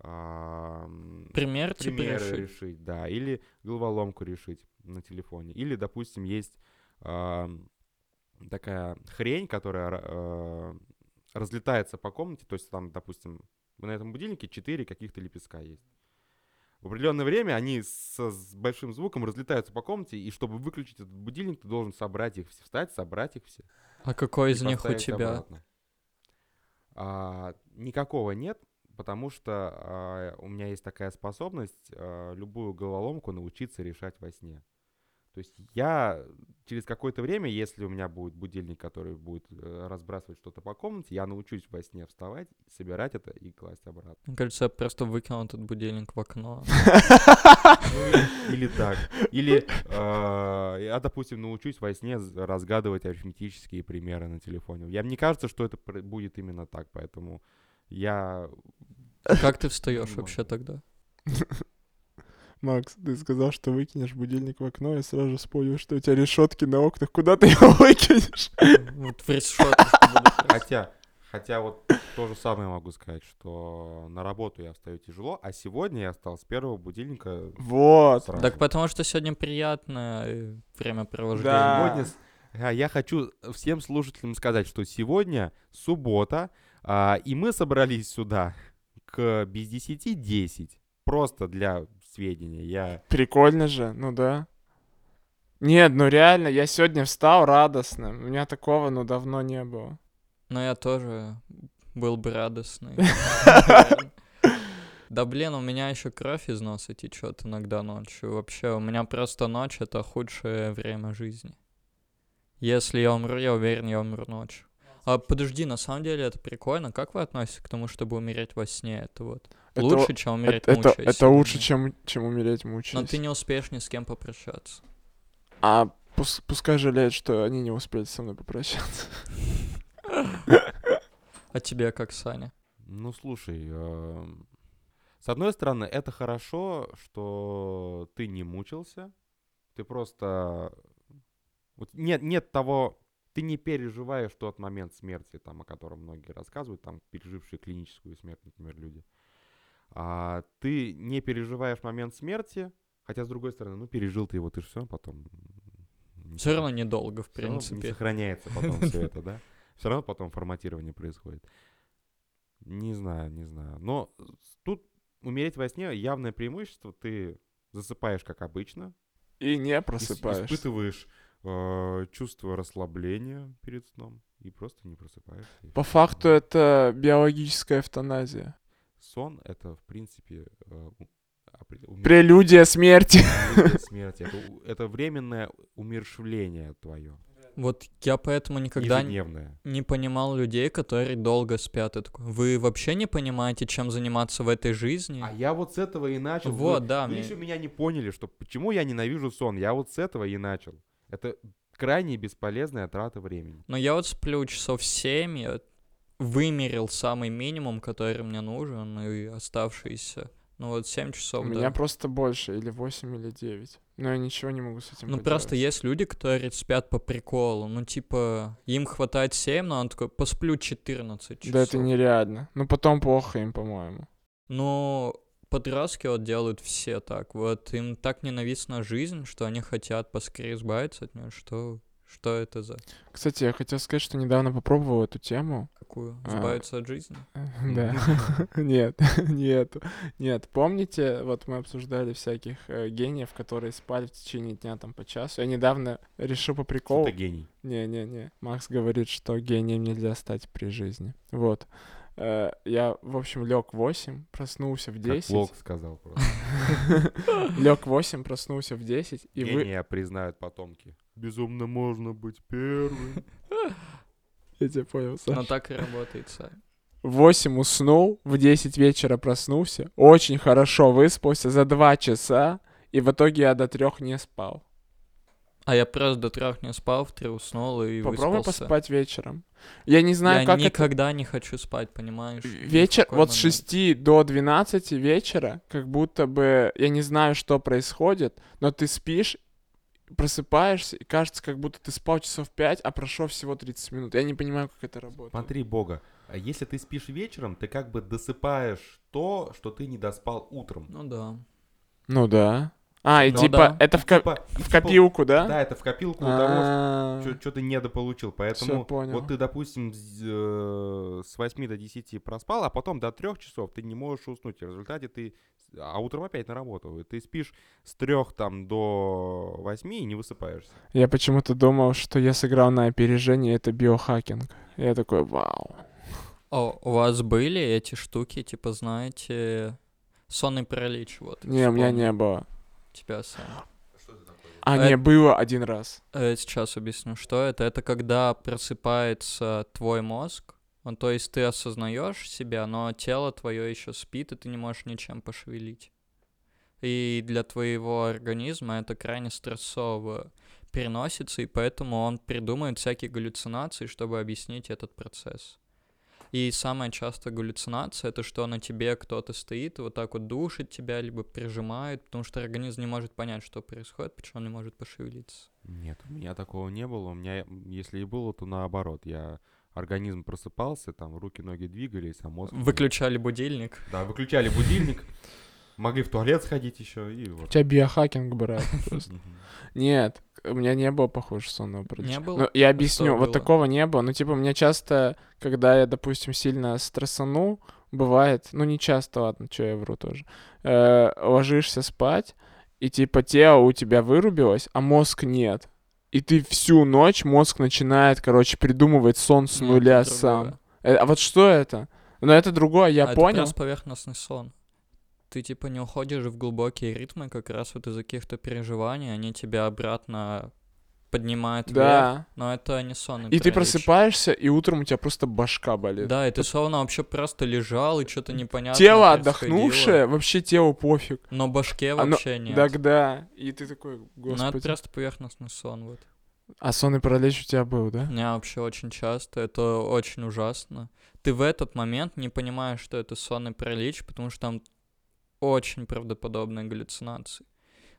Speaker 2: ам,
Speaker 3: Пример типа
Speaker 2: примеры
Speaker 3: решить.
Speaker 2: решить, да, или головоломку решить на телефоне. Или, допустим, есть а, такая хрень, которая ра- э, разлетается по комнате, то есть там, допустим, на этом будильнике 4 каких-то лепестка есть. В определенное время они со- с большим звуком разлетаются по комнате, и чтобы выключить этот будильник, ты должен собрать их все, встать, собрать их все.
Speaker 3: А какой
Speaker 2: и
Speaker 3: из них у
Speaker 2: поставить
Speaker 3: тебя?
Speaker 2: обратно. А, никакого нет, потому что а, у меня есть такая способность а, любую головоломку научиться решать во сне. То есть я через какое-то время, если у меня будет будильник, который будет э, разбрасывать что-то по комнате, я научусь во сне вставать, собирать это и класть обратно.
Speaker 3: Мне кажется, я просто выкинул этот будильник в окно.
Speaker 2: ну, Или так. Или
Speaker 1: [laughs]
Speaker 2: э, я, допустим, научусь во сне з- разгадывать арифметические примеры на телефоне. Я, мне кажется, что это пр- будет именно так, поэтому я...
Speaker 3: Как
Speaker 2: [laughs]
Speaker 3: ты встаешь
Speaker 2: Понимаю.
Speaker 3: вообще тогда?
Speaker 1: Макс, ты сказал, что выкинешь будильник в окно, и сразу вспомнил, что у тебя решетки на окнах. Куда ты его выкинешь?
Speaker 3: Вот в решёточку буду.
Speaker 2: Хотя, хотя вот то же самое могу сказать, что на работу я встаю тяжело, а сегодня я встал с первого будильника
Speaker 1: Вот.
Speaker 2: сразу.
Speaker 3: Так потому что сегодня приятное э, времяпровождение.
Speaker 1: Да.
Speaker 2: Сегодня с- а, я хочу всем слушателям сказать, что сегодня суббота, а, и мы собрались сюда к без десяти десять. Просто для сведения. Я
Speaker 1: Прикольно же, ну да. Нет, ну реально, я сегодня встал радостным. У меня такого, ну, давно не было.
Speaker 3: Но я тоже был
Speaker 2: [laughs]
Speaker 3: бы радостный. Да блин, у меня еще кровь из носа течет иногда ночью. Вообще, у меня просто ночь это худшее время жизни. Если я умру, я уверен, я умру ночью. А подожди, на самом деле это прикольно. Как вы относитесь к тому, чтобы умереть во сне? Это вот
Speaker 1: Это-
Speaker 3: [laughs] лучше, чем умереть
Speaker 1: Это, это,
Speaker 3: мучаясь,
Speaker 1: это
Speaker 3: или
Speaker 1: лучше,
Speaker 3: нет?
Speaker 1: чем, чем умереть
Speaker 3: Но
Speaker 1: мучаясь.
Speaker 3: ты не успеешь ни с кем попрощаться.
Speaker 1: А пус- пускай жалеют, что они не успели со мной попрощаться. [laughs]
Speaker 3: А тебе как, Саня?
Speaker 2: Ну, слушай, э, с одной стороны, это хорошо, что ты не мучился, ты просто... вот Нет, нет того... Ты не переживаешь тот момент смерти, там, о котором многие рассказывают, там, пережившие клиническую смерть, например, люди. А, ты не переживаешь момент смерти, хотя, с другой стороны, ну, пережил ты его, ты же все потом... не
Speaker 3: Все равно недолго, в
Speaker 2: всё равно Не
Speaker 3: принципе.
Speaker 2: сохраняется потом все это, да? Все равно потом форматирование происходит. Не знаю, не знаю. Но с- тут умереть во сне явное преимущество. Ты засыпаешь, как обычно,
Speaker 1: И не
Speaker 2: ис-
Speaker 1: просыпаешься.
Speaker 2: испытываешь э, чувство расслабления перед сном и просто не просыпаешься. и
Speaker 1: По
Speaker 2: всё.
Speaker 1: факту это биологическая эвтаназия.
Speaker 2: Сон — это, в принципе, э, у- опре- умер-
Speaker 1: Прелюдия смерти.
Speaker 2: [laughs] прелюдия смерти. Это у- Это временное умершвление твое,
Speaker 3: Вот я поэтому никогда не...
Speaker 2: ежедневное.
Speaker 3: не понимал людей, которые долго спят. Я такой, Вы вообще не понимаете, чем заниматься в этой жизни?
Speaker 2: А я вот с этого и начал. Вы-
Speaker 3: вот, да.
Speaker 2: Вы
Speaker 3: мне-
Speaker 2: еще меня не поняли, что почему я ненавижу сон. Я вот с этого и начал. Это крайне бесполезная трата времени.
Speaker 3: Но я вот сплю часов 7, я вымерил самый минимум, который мне нужен, ну и оставшиеся. Ну вот 7
Speaker 1: У
Speaker 3: часов,
Speaker 1: меня
Speaker 3: да.
Speaker 1: просто больше, или 8, или 9. Но я ничего не могу с этим
Speaker 3: Ну просто
Speaker 1: поделать.
Speaker 3: есть люди, которые спят по приколу. Ну типа, им хватает 7, но он такой, посплю 14 часов.
Speaker 1: Да это нереально. Ну потом плохо им, по-моему.
Speaker 3: Но подростки вот делают все так. Вот им так ненавистна жизнь, что они хотят поскорее избавиться от нее. Что, что это за
Speaker 1: Кстати, я хотел сказать, что недавно попробовал эту тему.
Speaker 3: какую?
Speaker 1: А.
Speaker 3: Избавиться от жизни?
Speaker 2: [laughs]
Speaker 1: Да. [laughs] Нет, [laughs] нет, нет. Помните, вот мы обсуждали всяких э, гениев, которые спали в течение дня там по часу. Я недавно решил по
Speaker 2: Что
Speaker 1: приколу
Speaker 2: ты гений.
Speaker 1: Не-не-не. Макс говорит, что гением нельзя стать при жизни. Вот. Э, Я, в общем, лег 8, проснулся в
Speaker 2: Как
Speaker 1: 10. [laughs]
Speaker 2: Лок сказал просто.
Speaker 1: Лег 8, проснулся в 10, и вы...
Speaker 2: Гения признают потомки. Безумно можно быть первым.
Speaker 1: Я тебя понял,
Speaker 3: [laughs] Но
Speaker 1: Саша.
Speaker 3: так и работает, Сань.
Speaker 1: В 8 уснул, в 10 вечера проснулся, очень хорошо выспался за 2 часа, и в итоге я до трех не спал.
Speaker 3: А я просто до трех не спал, в три уснул и
Speaker 1: Попробуй
Speaker 3: выспался.
Speaker 1: поспать вечером. Я не знаю,
Speaker 3: я
Speaker 1: как это...
Speaker 3: никогда не хочу спать, понимаешь? ни в
Speaker 1: Вечер,
Speaker 3: какой
Speaker 1: вот с
Speaker 3: момент.
Speaker 1: 6 до 12 вечера, как будто бы, я не знаю, что происходит, но ты спишь, просыпаешься, и кажется, как будто ты спал часов 5, а прошло всего 30 минут. Я не понимаю, как это работает.
Speaker 2: Смотри, Бога, а если ты спишь вечером, ты как бы досыпаешь то, что ты не доспал утром.
Speaker 3: Ну да.
Speaker 1: Ну да. А, и
Speaker 3: Ну
Speaker 1: типа,
Speaker 3: да. ну,
Speaker 1: это в, ко-
Speaker 2: Типа- и
Speaker 1: в
Speaker 2: типа-
Speaker 1: копилку, да?
Speaker 2: Да, это в копилку того,
Speaker 1: А,
Speaker 2: что ты недополучил. Поэтому
Speaker 1: понял.
Speaker 2: вот ты, допустим, с э, с 8 до 10 проспал, а потом до 3 часов ты не можешь уснуть. И в результате ты... А утром опять на работу. И Ты спишь с 3 там до 8 и не высыпаешься.
Speaker 1: Я почему-то думал, что я сыграл на опережение, это биохакинг. Я такой, вау.
Speaker 3: О, А у вас были эти штуки, типа, знаете, сонный паралич, вот.
Speaker 1: Не, у меня
Speaker 3: вспомнил
Speaker 1: не было.
Speaker 3: Тебя сам.
Speaker 1: А,
Speaker 3: Э,
Speaker 1: не, было один раз.
Speaker 3: Э, Сейчас объясню, что это. Это когда просыпается твой мозг. Он, то есть ты осознаешь себя, но тело твое еще спит, и ты не можешь ничем пошевелить. И для твоего организма это крайне стрессово переносится, и поэтому он придумает всякие галлюцинации, чтобы объяснить этот процесс. И самая частая галлюцинация — это что на тебе кто-то стоит, и вот так вот душит тебя, либо прижимает, потому что организм не может понять, что происходит, почему он не может пошевелиться.
Speaker 2: Нет, у меня такого не было. У меня, м, если и было, то наоборот. Я организм просыпался, там руки, ноги двигались, а мозг...
Speaker 3: Выключали будильник.
Speaker 2: Да, выключали будильник, могли в туалет сходить еще и
Speaker 1: У
Speaker 2: вот.
Speaker 1: тебя биохакинг, брат.
Speaker 2: Мгм.
Speaker 1: Нет, у меня не было похоже сонного паралича.
Speaker 3: было?
Speaker 1: Ну, я объясню,
Speaker 3: что
Speaker 1: вот
Speaker 3: было?
Speaker 1: такого не было. Ну, типа, у меня часто, когда я, допустим, сильно стрессану, бывает, ну, не часто, ладно, что я вру тоже, э, ложишься спать, и, типа, тело у тебя вырубилось, а мозг нет. И ты всю ночь мозг начинает, короче, придумывать сон с
Speaker 3: Ну,
Speaker 1: нуля
Speaker 3: это
Speaker 1: сам.
Speaker 3: другое.
Speaker 1: Э, а вот что это? Ну, это другое, я
Speaker 3: А Это
Speaker 1: понял.
Speaker 3: как раз поверхностный сон. Ты типа не уходишь в глубокие ритмы, как раз вот из-за каких-то переживаний, они тебя обратно поднимают вверх.
Speaker 1: Да.
Speaker 3: Но это не сон.
Speaker 1: И
Speaker 3: это
Speaker 1: ты
Speaker 3: речь.
Speaker 1: просыпаешься, и утром у тебя просто башка болит.
Speaker 3: Да, и ты словно вообще просто лежал, и что-то непонятно
Speaker 1: Тело
Speaker 3: происходило,
Speaker 1: отдохнувшее, вообще телу пофиг.
Speaker 3: Но башке
Speaker 1: Оно-
Speaker 3: вообще нет.
Speaker 1: Тогда, и ты такой,
Speaker 3: Ну, это
Speaker 1: господи.
Speaker 3: просто поверхностный сон, вот.
Speaker 1: А сонный паралич у тебя был,
Speaker 3: У
Speaker 1: да?
Speaker 3: меня вообще очень часто, это очень ужасно. Ты в этот момент не понимаешь, что это сонный паралич, потому что там очень правдоподобные галлюцинации.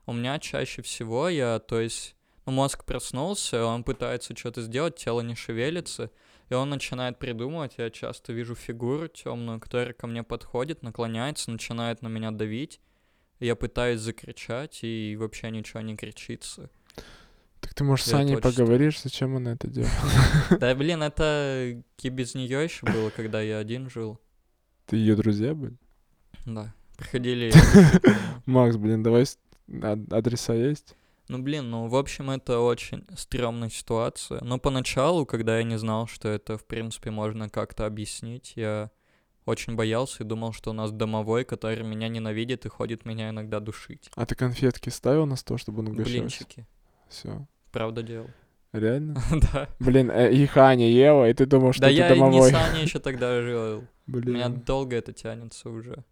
Speaker 3: У меня чаще всего я, то есть, ну, мозг проснулся, он пытается что-то сделать, тело не шевелится, и он начинает придумывать. Я часто вижу фигуру темную, которая ко мне подходит, наклоняется, начинает на меня давить. Я пытаюсь закричать, и вообще ничего не кричится.
Speaker 1: Так ты, может, с
Speaker 3: Я это
Speaker 1: Аней
Speaker 3: очень
Speaker 1: поговоришь, зачем она это
Speaker 3: [laughs]
Speaker 1: делает?
Speaker 3: Да, блин, это и без нее еще было, когда я один жил.
Speaker 1: Ты ее друзья были?
Speaker 3: Да. Приходили.
Speaker 1: [laughs] Макс, блин, давай с- а- адреса есть?
Speaker 3: Ну, блин, ну, в общем, это очень стрёмная ситуация. Но поначалу, когда я не знал, что это, в принципе, можно как-то объяснить, я очень боялся и думал, что у нас домовой, который меня ненавидит и ходит меня иногда душить.
Speaker 1: А ты конфетки ставил на стол, чтобы он угощался?
Speaker 3: Блинчики.
Speaker 1: Все.
Speaker 3: Правда делал. [laughs]
Speaker 1: Реально?
Speaker 3: Да.
Speaker 1: Блин, э, их Аня ела, и ты думал, что
Speaker 3: Да
Speaker 1: ты
Speaker 3: я и не
Speaker 1: домовой.
Speaker 3: с Аней еще тогда жил. У меня
Speaker 1: [laughs] Блин.
Speaker 3: долго это тянется уже.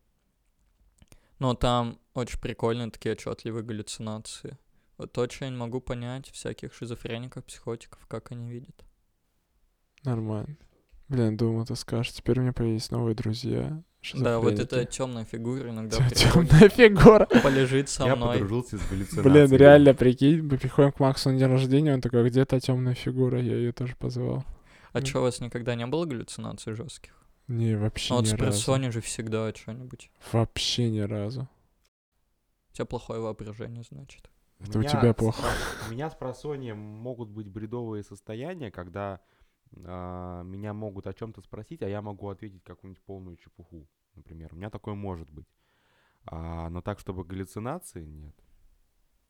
Speaker 3: Но там очень прикольные такие отчетливые галлюцинации. Вот очень могу понять всяких шизофреников, психотиков, как они видят.
Speaker 1: Нормально. Блин, думал, ты скажешь, теперь у меня появились новые друзья.
Speaker 3: Да, вот
Speaker 1: шизофреники.
Speaker 3: эта темная фигура иногда
Speaker 1: Тё- [laughs]
Speaker 3: приходит,
Speaker 1: Темная фигура.
Speaker 3: [laughs] полежит со
Speaker 2: Я
Speaker 3: мной.
Speaker 2: подружился с галлюцинациями.
Speaker 1: Блин, реально, прикинь, мы приходим к Максу на день рождения, он такой, «А где та темная фигура, я ее тоже позвал.
Speaker 3: А чё, у вас никогда не было галлюцинаций жестких?
Speaker 1: Не, вообще
Speaker 3: Ну вот
Speaker 1: ни
Speaker 3: с
Speaker 1: разу.
Speaker 3: персони же всегда что-нибудь.
Speaker 1: Вообще ни разу.
Speaker 3: У тебя плохое воображение, значит.
Speaker 1: Это у тебя плохо.
Speaker 2: У меня с просоньем могут быть бредовые состояния, когда а, меня могут о чем-то спросить, а я могу ответить какую-нибудь полную чепуху, например. У меня такое может быть. А, но так, чтобы галлюцинации, нет.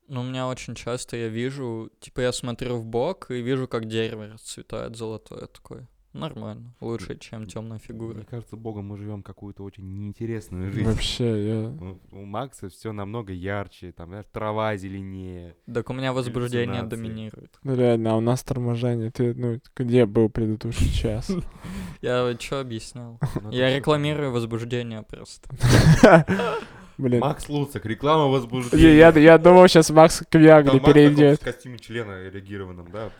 Speaker 3: Ну, у меня очень часто я вижу, типа я смотрю в бок и вижу, как дерево расцветает золотое такое. Нормально. Лучше, чем темная фигура.
Speaker 2: Мне кажется, богом мы живем какую-то очень неинтересную жизнь.
Speaker 1: Вообще, я...
Speaker 2: У у Макса все намного ярче, там, знаешь, трава зеленее.
Speaker 3: Так у меня возбуждение
Speaker 2: Галлюцинации.
Speaker 3: доминирует.
Speaker 1: Ну реально, а у нас торможение. Ты, ну, где был предыдущий час?
Speaker 3: Я что объяснял?
Speaker 2: Ну, это
Speaker 3: Я
Speaker 2: всё.
Speaker 3: рекламирую возбуждение просто.
Speaker 1: Блин.
Speaker 2: Макс Луцик, реклама
Speaker 1: Я,
Speaker 2: возбуждения.
Speaker 1: я, я думал, сейчас Макс к Виагре
Speaker 2: Там Макс такой
Speaker 1: перейдет.
Speaker 2: в костюме члена эрегированном, да?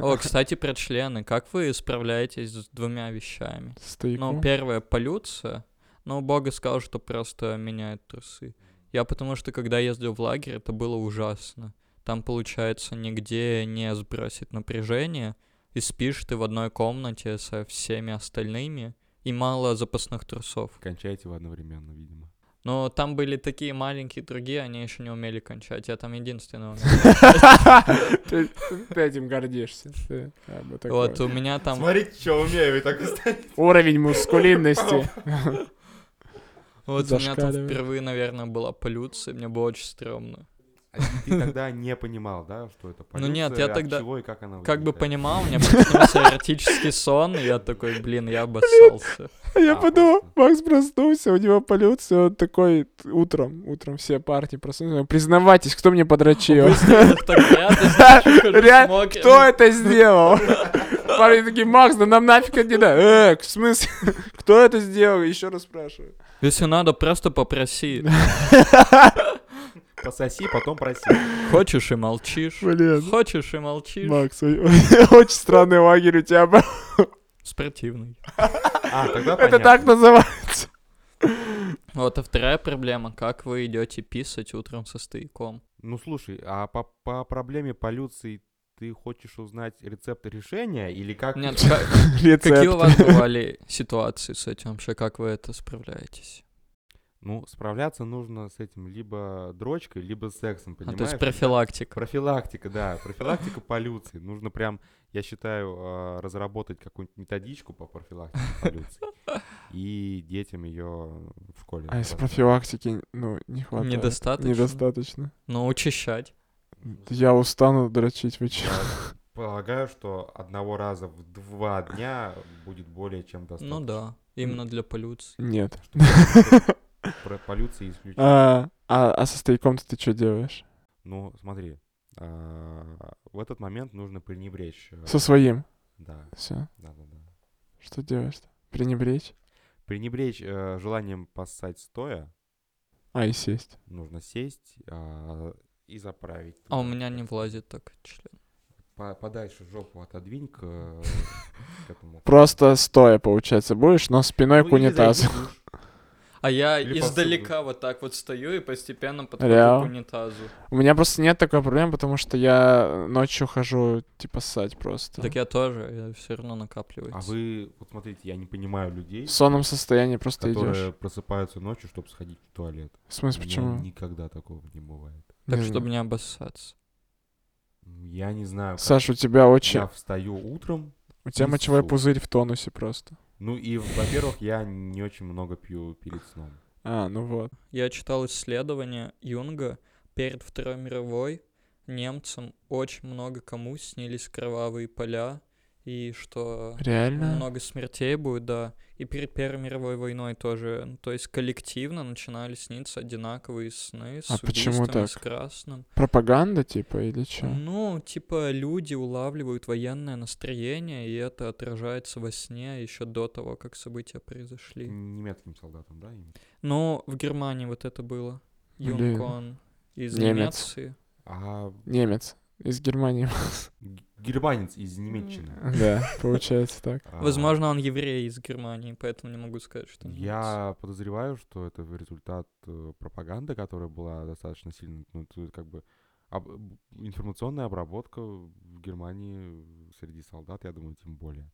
Speaker 3: О, кстати, про члены. Как вы справляетесь с двумя вещами? Ну,
Speaker 1: Стояком.
Speaker 3: [laughs]
Speaker 1: [laughs]
Speaker 3: первое полюция. Но Бога сказал, что просто меняет трусы. Я потому что когда ездил в лагерь, это было ужасно. Там, получается, нигде не сбросить напряжение, и спишь ты в одной комнате со всеми остальными, и мало запасных трусов.
Speaker 2: Кончайте вы одновременно, видимо.
Speaker 3: Но там были такие маленькие другие, они еще не умели кончать. Я там единственный умел.
Speaker 1: [laughs] Ты ты этим гордишься. Ты, как бы, такой.
Speaker 3: Вот у меня там...
Speaker 2: Смотрите, что умею, и так [laughs] и станете.
Speaker 1: Уровень мускулинности.
Speaker 3: Вот у меня там
Speaker 1: зашкаливает.
Speaker 3: впервые, наверное, была полюция, мне было очень стрёмно.
Speaker 2: А Ты тогда не понимал, да, что это
Speaker 3: Ну нет,
Speaker 2: полюция,
Speaker 3: я
Speaker 2: от
Speaker 3: тогда
Speaker 2: чего и как она
Speaker 3: Как бы
Speaker 2: возникает?
Speaker 3: понимал, мне приснился эротический сон, и я такой, блин,
Speaker 1: [laughs]
Speaker 3: я обоссался.
Speaker 1: Я
Speaker 2: А,
Speaker 1: подумал,
Speaker 2: просто.
Speaker 1: Макс проснулся, у него полюция, он такой т- утром, утром все парни проснулись. Признавайтесь, кто мне подрочил?
Speaker 3: Так я
Speaker 1: Реально, [laughs] Кто это
Speaker 3: [laughs]
Speaker 1: сделал? Парни такие, Макс, да нам нафиг это не надо. Э, в смысле? [laughs] Кто это сделал? Еще раз
Speaker 3: [laughs]
Speaker 1: спрашиваю.
Speaker 3: Если надо, просто попроси.
Speaker 2: Пососи, потом проси.
Speaker 3: Хочешь и молчишь.
Speaker 1: Блин,
Speaker 3: Хочешь и молчишь.
Speaker 1: Макс, о- о- [laughs] очень странный лагерь у тебя был.
Speaker 3: Спортивный.
Speaker 2: [laughs] А, тогда
Speaker 1: Это
Speaker 2: понятно.
Speaker 1: так называется.
Speaker 3: Вот, а вторая проблема, как вы идете писать утром со стояком.
Speaker 2: Ну слушай, а по, по проблеме полюции ты хочешь узнать рецепт решения или как?
Speaker 3: Нет, ка- [laughs] какие у
Speaker 1: Рецепт.
Speaker 3: вас бывали ситуации с этим вообще, как вы это справляетесь?
Speaker 2: Ну, справляться нужно с этим либо дрочкой, либо сексом,
Speaker 3: А,
Speaker 2: понимаешь?
Speaker 3: то есть профилактика.
Speaker 2: Профилактика, да, профилактика полюции. Нужно прям, я считаю, а, разработать какую-нибудь методичку по профилактике
Speaker 3: [laughs]
Speaker 2: полюции и детям ее в школе.
Speaker 1: А из
Speaker 2: рассказывать.
Speaker 1: профилактики, ну, не хватает.
Speaker 3: Недостаточно.
Speaker 1: Недостаточно.
Speaker 3: Но учащать.
Speaker 1: Я устану дрочить, вы че?
Speaker 2: Я [laughs] полагаю, что одного раза в два дня будет более чем достаточно.
Speaker 3: Ну да, именно для полюции. [laughs]
Speaker 1: Нет.
Speaker 2: Чтобы про- про полюции исключить.
Speaker 1: А, а, а со стояком-то ты что делаешь?
Speaker 2: Ну, смотри, а, в этот момент нужно пренебречь. э,
Speaker 1: Со своим.
Speaker 2: Да,
Speaker 1: Все.
Speaker 2: да, да, да.
Speaker 1: Что делаешь-то? Пренебречь?
Speaker 2: Пренебречь э, желанием поссать стоя,
Speaker 1: А, и сесть.
Speaker 2: нужно сесть а, и заправить.
Speaker 3: А у
Speaker 2: туда.
Speaker 3: меня не влазит так член.
Speaker 2: По- подальше жопу отодвинь к, э, к этому.
Speaker 1: Просто стоя, получается, будешь, но спиной
Speaker 2: Ну,
Speaker 1: к
Speaker 2: или
Speaker 1: унитазу.
Speaker 2: зайди в душ.
Speaker 3: А я
Speaker 2: Или
Speaker 3: издалека вот так вот стою и постепенно подхожу
Speaker 1: Реал.
Speaker 3: к унитазу.
Speaker 1: У меня просто нет такой проблемы, потому что я ночью хожу, типа, ссать просто.
Speaker 3: Так я тоже, все равно накапливается.
Speaker 2: А вы, вот смотрите, я не понимаю людей,
Speaker 1: В сонном состоянии просто
Speaker 2: которые
Speaker 1: идешь.
Speaker 2: просыпаются ночью, чтобы сходить в туалет.
Speaker 1: В смысле,
Speaker 2: У меня
Speaker 1: почему?
Speaker 2: Никогда такого не бывает.
Speaker 3: Так,
Speaker 1: Не
Speaker 3: чтобы
Speaker 1: знаю.
Speaker 3: не обоссаться.
Speaker 2: М, Я не знаю, как
Speaker 1: Саш, у тебя очень...
Speaker 2: я встаю утром,
Speaker 1: У тебя
Speaker 2: не
Speaker 1: мочевой
Speaker 2: ссу.
Speaker 1: пузырь в тонусе просто.
Speaker 2: ну и, во-первых, я не очень много пью перед сном.
Speaker 1: А, ну вот.
Speaker 3: Я читал исследование Юнга перед Второй мировой. Немцам очень много кому снились кровавые поля, и что
Speaker 1: Реально?
Speaker 3: много смертей будет, да. И перед Первой мировой войной тоже. Ну, То есть коллективно начинали сниться одинаковые сны с
Speaker 1: А почему
Speaker 3: убийствами,
Speaker 1: так?
Speaker 3: с красным.
Speaker 1: Пропаганда, типа, или что?
Speaker 3: Ну, типа, люди улавливают военное настроение, и это отражается во сне еще до того, как события произошли.
Speaker 2: Немецким солдатам, да? именно?
Speaker 3: Но в Германии вот это было.
Speaker 1: Блин.
Speaker 3: Юнкон из
Speaker 1: Немец.
Speaker 3: Немеции.
Speaker 2: А
Speaker 1: Немец. Из Германии.
Speaker 2: г- германец из Немеччины.
Speaker 3: [laughs]
Speaker 1: Да, получается так.
Speaker 2: А,
Speaker 3: Возможно, он еврей из Германии, поэтому не могу сказать, что немец.
Speaker 2: Я подозреваю, что это в результат э, пропаганды, которая была достаточно сильно, ну, то есть как бы об- б- информационная обработка в Германии среди солдат, я думаю, тем более.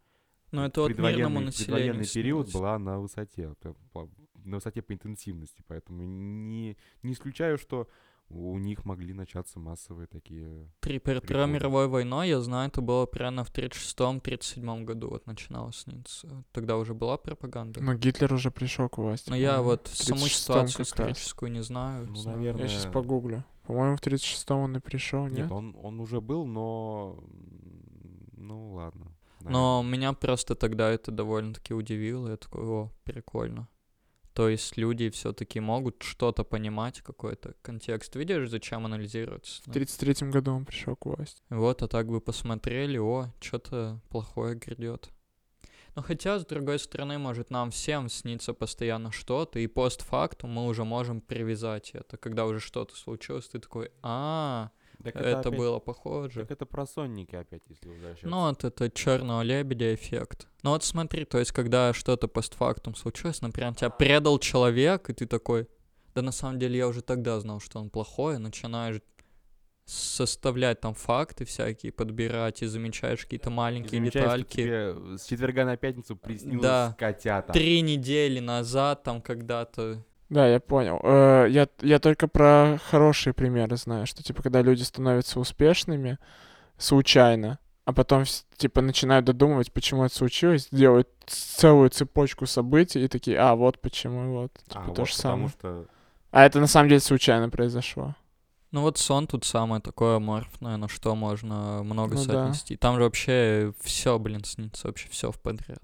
Speaker 3: Но
Speaker 2: П-
Speaker 3: это вот мирному
Speaker 2: предвоенный-
Speaker 3: населению.
Speaker 2: предвоенный период
Speaker 3: снилось.
Speaker 2: была на высоте, п- п- на высоте по интенсивности, поэтому не, не исключаю, что у них могли начаться массовые такие...
Speaker 3: При перед Второй
Speaker 2: приходы.
Speaker 3: мировой войной, я знаю, это было примерно в 36-37 году, вот начинало сниться. Тогда уже была пропаганда.
Speaker 1: Но Гитлер уже пришел к власти.
Speaker 3: Но Ну, я
Speaker 1: по-моему.
Speaker 3: вот
Speaker 1: Ну, в
Speaker 3: саму
Speaker 1: 36-м
Speaker 3: ситуацию
Speaker 1: как раз.
Speaker 3: историческую не знаю.
Speaker 2: Ну,
Speaker 3: знаю.
Speaker 2: наверное,
Speaker 1: Я сейчас погуглю. По-моему, в 36-м он и пришел,
Speaker 2: Нет,
Speaker 1: нет?
Speaker 2: он, он уже был, но... м, Ну, ладно. наверное.
Speaker 3: Но меня просто тогда это довольно-таки удивило. Я такой, о, прикольно. То есть люди все-таки могут что-то понимать, какой-то контекст. Видишь, зачем Ну, анализировать?
Speaker 1: В 33-м году он пришел к власти.
Speaker 3: Вот, а так бы посмотрели, о, что-то плохое грядет. Но хотя, с другой стороны, может, нам всем снится постоянно что-то, и постфактум мы уже можем привязать это. Когда уже что-то случилось, ты такой, а,
Speaker 2: Так
Speaker 3: это,
Speaker 2: опять-
Speaker 3: было похоже.
Speaker 2: Так это про сонники опять, если возвращаться.
Speaker 3: Ну вот это черного лебедя эффект. Ну вот смотри, то есть когда что-то постфактум случилось, например, тебя предал человек, и ты такой, да на самом деле я уже тогда знал, что он плохой, начинаешь составлять там факты всякие, подбирать и замечаешь какие-то
Speaker 2: И
Speaker 3: маленькие
Speaker 2: замечаешь, что
Speaker 3: детальки.
Speaker 2: тебе с четверга на пятницу приснилось
Speaker 3: Да.
Speaker 2: котята.
Speaker 3: Три недели назад там когда-то...
Speaker 1: Да, я понял. Э, Я, я только про хорошие примеры знаю, что, типа, когда люди становятся успешными случайно, а потом, вс- типа, начинают додумывать, почему это случилось, делают целую цепочку событий и такие, а, вот почему, вот, типа,
Speaker 2: А,
Speaker 1: то
Speaker 2: вот
Speaker 1: же
Speaker 2: потому
Speaker 1: самое.
Speaker 2: что
Speaker 1: А это на самом деле случайно произошло.
Speaker 3: Ну вот сон тут самое такое аморфное, на что можно много
Speaker 1: Ну да.
Speaker 3: соотнести. Там же вообще все, блин, снится, вообще все в подряд.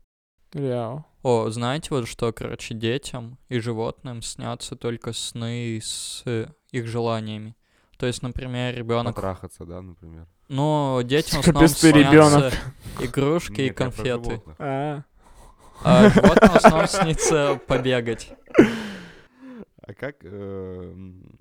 Speaker 1: Реал.
Speaker 3: О, знаете вот что, короче, детям и животным снятся только сны с э, их желаниями. То есть, например, ребенок...
Speaker 2: потрахаться, да, например.
Speaker 3: Ну, детям в
Speaker 1: Капец ты
Speaker 3: основном снятся
Speaker 1: ребёнок.
Speaker 3: игрушки и
Speaker 2: Нет, я про
Speaker 3: конфеты.
Speaker 2: животных.
Speaker 1: А,
Speaker 3: А животным
Speaker 2: [laughs]
Speaker 3: в основном снится побегать.
Speaker 2: А как, э, м,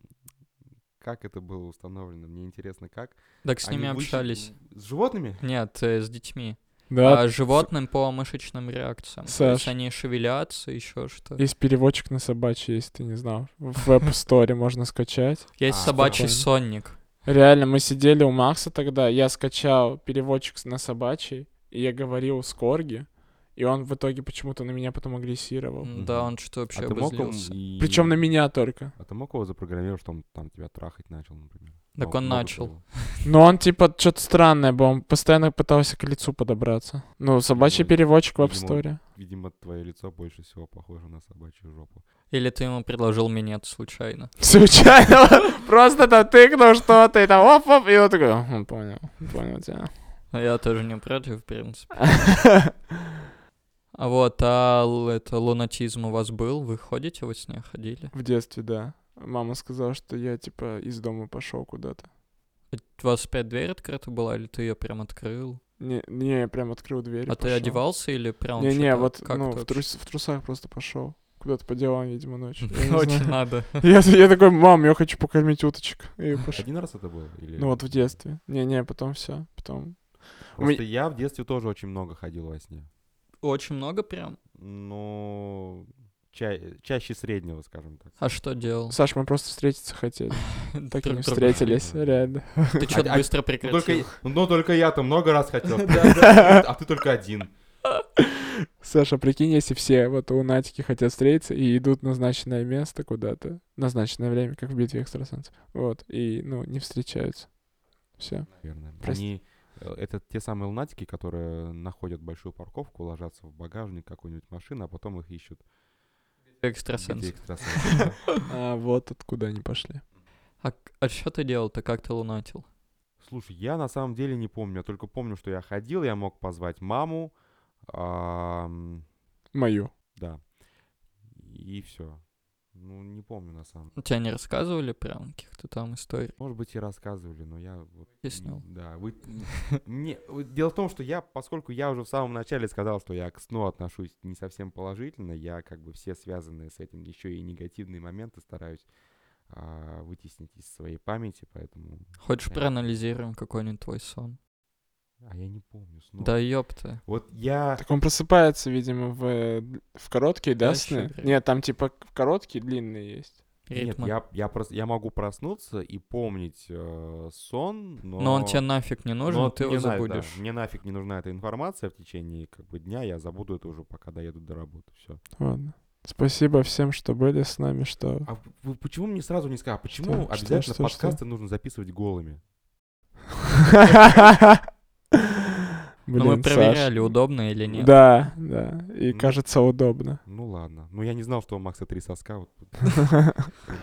Speaker 2: как это было установлено? Мне интересно, как.
Speaker 3: Так с
Speaker 2: Они
Speaker 3: ними
Speaker 2: вычли-
Speaker 3: общались.
Speaker 2: С животными?
Speaker 3: Нет, э, с детьми.
Speaker 1: да,
Speaker 3: а животным по мышечным реакциям. То
Speaker 1: Саш.
Speaker 3: есть они шевелятся, еще что.
Speaker 1: есть переводчик на собачий, если ты не знал. В App Store можно скачать.
Speaker 3: Есть
Speaker 2: А,
Speaker 3: собачий
Speaker 1: прикольно.
Speaker 3: сонник.
Speaker 1: Реально, мы сидели у Макса тогда, я скачал переводчик с- на собачий, и я говорил с Корги, и он в итоге почему-то на меня потом агрессировал.
Speaker 3: М, Да,
Speaker 2: Мгм.
Speaker 3: он что вообще
Speaker 2: а ты мог им
Speaker 3: обозлился.
Speaker 2: и-
Speaker 1: Причем на меня только.
Speaker 2: А ты мог его запрограммировать, что он там тебя трахать начал, например?
Speaker 3: Так
Speaker 2: Мог-
Speaker 3: он
Speaker 2: могут
Speaker 3: начал.
Speaker 2: его?
Speaker 1: Но он типа что-то странное был, он постоянно пытался к лицу подобраться. Ну, собачий
Speaker 2: Видимо,
Speaker 1: переводчик в App
Speaker 2: видимо, он-
Speaker 1: Store.
Speaker 2: Видимо, твое лицо больше всего похоже на собачью жопу.
Speaker 3: Или ты ему предложил минет случайно.
Speaker 1: Случайно [laughs] просто там тыкнул что-то, и там оп-оп, и он такой, «Ага, понял, понял тебя. [laughs]
Speaker 3: А Я тоже не против, в принципе. А вот, а л- это лунатизм у вас был? Вы ходите, вы с ней ходили?
Speaker 1: В детстве, да. Мама сказала, что я типа из дома пошел куда-то.
Speaker 3: Э, У вас опять дверь открыта была, или ты ее прям открыл?
Speaker 1: Не, не, я прям открыл дверь. и
Speaker 3: а ты
Speaker 1: пошёл.
Speaker 3: одевался или прям
Speaker 1: Не, не,
Speaker 3: вообще-то
Speaker 1: вот
Speaker 3: как
Speaker 1: ну,
Speaker 3: ты
Speaker 1: в, трус- в трусах просто пошел. Куда-то по делам, видимо, ночью.
Speaker 3: вообще?
Speaker 1: Я не
Speaker 3: [laughs] Очень
Speaker 1: знаю.
Speaker 3: надо.
Speaker 1: Я, я такой, мам, я хочу покормить уточек.
Speaker 3: [laughs]
Speaker 1: И пошел.
Speaker 2: Один раз это было? Или...
Speaker 1: Ну вот в детстве. Не-не, потом все. Потом. У меня-
Speaker 2: Просто я в детстве тоже очень много ходил во сне.
Speaker 3: Очень много прям?
Speaker 2: Но ча- чаще среднего, скажем так.
Speaker 3: А что делал?
Speaker 1: Саш, мы просто встретиться хотели. Так и
Speaker 3: Друг
Speaker 1: не
Speaker 3: друга.
Speaker 1: встретились, реально.
Speaker 3: [laughs] Ты что-то
Speaker 2: а-
Speaker 3: быстро
Speaker 2: Ну только,
Speaker 3: прекратил.
Speaker 2: ну, только я-то много раз [laughs] хотел, а ты только один.
Speaker 1: Саша, прикинь, если все вот лунатики хотят встретиться и идут на назначенное место куда-то, назначенное время, как в битве экстрасенсов. Вот. И, ну, не встречаются. Все.
Speaker 2: Наверное.
Speaker 1: Прости.
Speaker 2: Они, э, это те самые лунатики, которые находят большую парковку, ложатся в багажник какой-нибудь машины, а потом их ищут.
Speaker 3: Экстрасенс.
Speaker 2: эти экстрасенсы, [laughs] да.
Speaker 1: А вот откуда они пошли.
Speaker 3: А, а что ты делал-то? Как ты лунатил?
Speaker 2: Слушай, я на самом деле не помню. Я только помню, что я ходил, я мог позвать маму. ам,
Speaker 1: Мою.
Speaker 2: Да. И все. Ну, не помню на самом
Speaker 3: Тебя не рассказывали прям каких-то там историй?
Speaker 2: Может быть, и рассказывали, но я... Вот, н-
Speaker 3: Объяснял.
Speaker 2: Да, вы... [laughs] не, вот дело в том, что я, поскольку я уже в самом начале сказал, что я к сну отношусь не совсем положительно, я как бы все связанные с этим еще и негативные моменты стараюсь а, вытеснить из своей памяти, поэтому...
Speaker 3: Хочешь
Speaker 2: я-
Speaker 3: проанализируем какой-нибудь твой сон?
Speaker 2: А я не помню снова.
Speaker 3: Да ёпта.
Speaker 2: Вот я...
Speaker 1: Так он просыпается, видимо, в, э, в короткие, да,
Speaker 3: Да,
Speaker 1: сны?
Speaker 3: щедрый.
Speaker 1: Нет, там типа к- короткие, длинные есть.
Speaker 2: Нет,
Speaker 3: Ритма.
Speaker 2: я, я, прос- я могу проснуться и помнить э, сон, но...
Speaker 3: Но он тебе нафиг не нужен,
Speaker 2: Но
Speaker 3: ты его
Speaker 2: мне на- ну, да,
Speaker 3: забудешь.
Speaker 2: мне нафиг не нужна эта информация в течение как бы дня, я забуду это уже, пока доеду до работы, все.
Speaker 1: Ладно. Спасибо всем, что были с нами,
Speaker 3: [laughs]
Speaker 1: что...
Speaker 2: А п- вы почему мне сразу не сказали, а
Speaker 1: Что?
Speaker 2: почему
Speaker 1: Что? Что?
Speaker 2: обязательно
Speaker 1: Что?
Speaker 2: подкасты нужно записывать голыми?
Speaker 3: Но
Speaker 1: Ну, Блин,
Speaker 3: Ну, мы
Speaker 1: Саш.
Speaker 3: проверяли, удобно или нет.
Speaker 1: Да, да. И
Speaker 2: Ну.
Speaker 1: кажется удобно. [laughs]
Speaker 2: Ну ладно. Ну я не знал, что у Макса три соска. вот тут.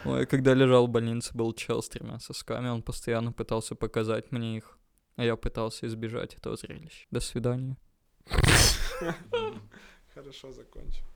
Speaker 3: Ой, когда лежал в больнице, был чел с тремя сосками, он постоянно пытался показать мне их. А я пытался избежать этого зрелища. До свидания.
Speaker 1: Хорошо закончил.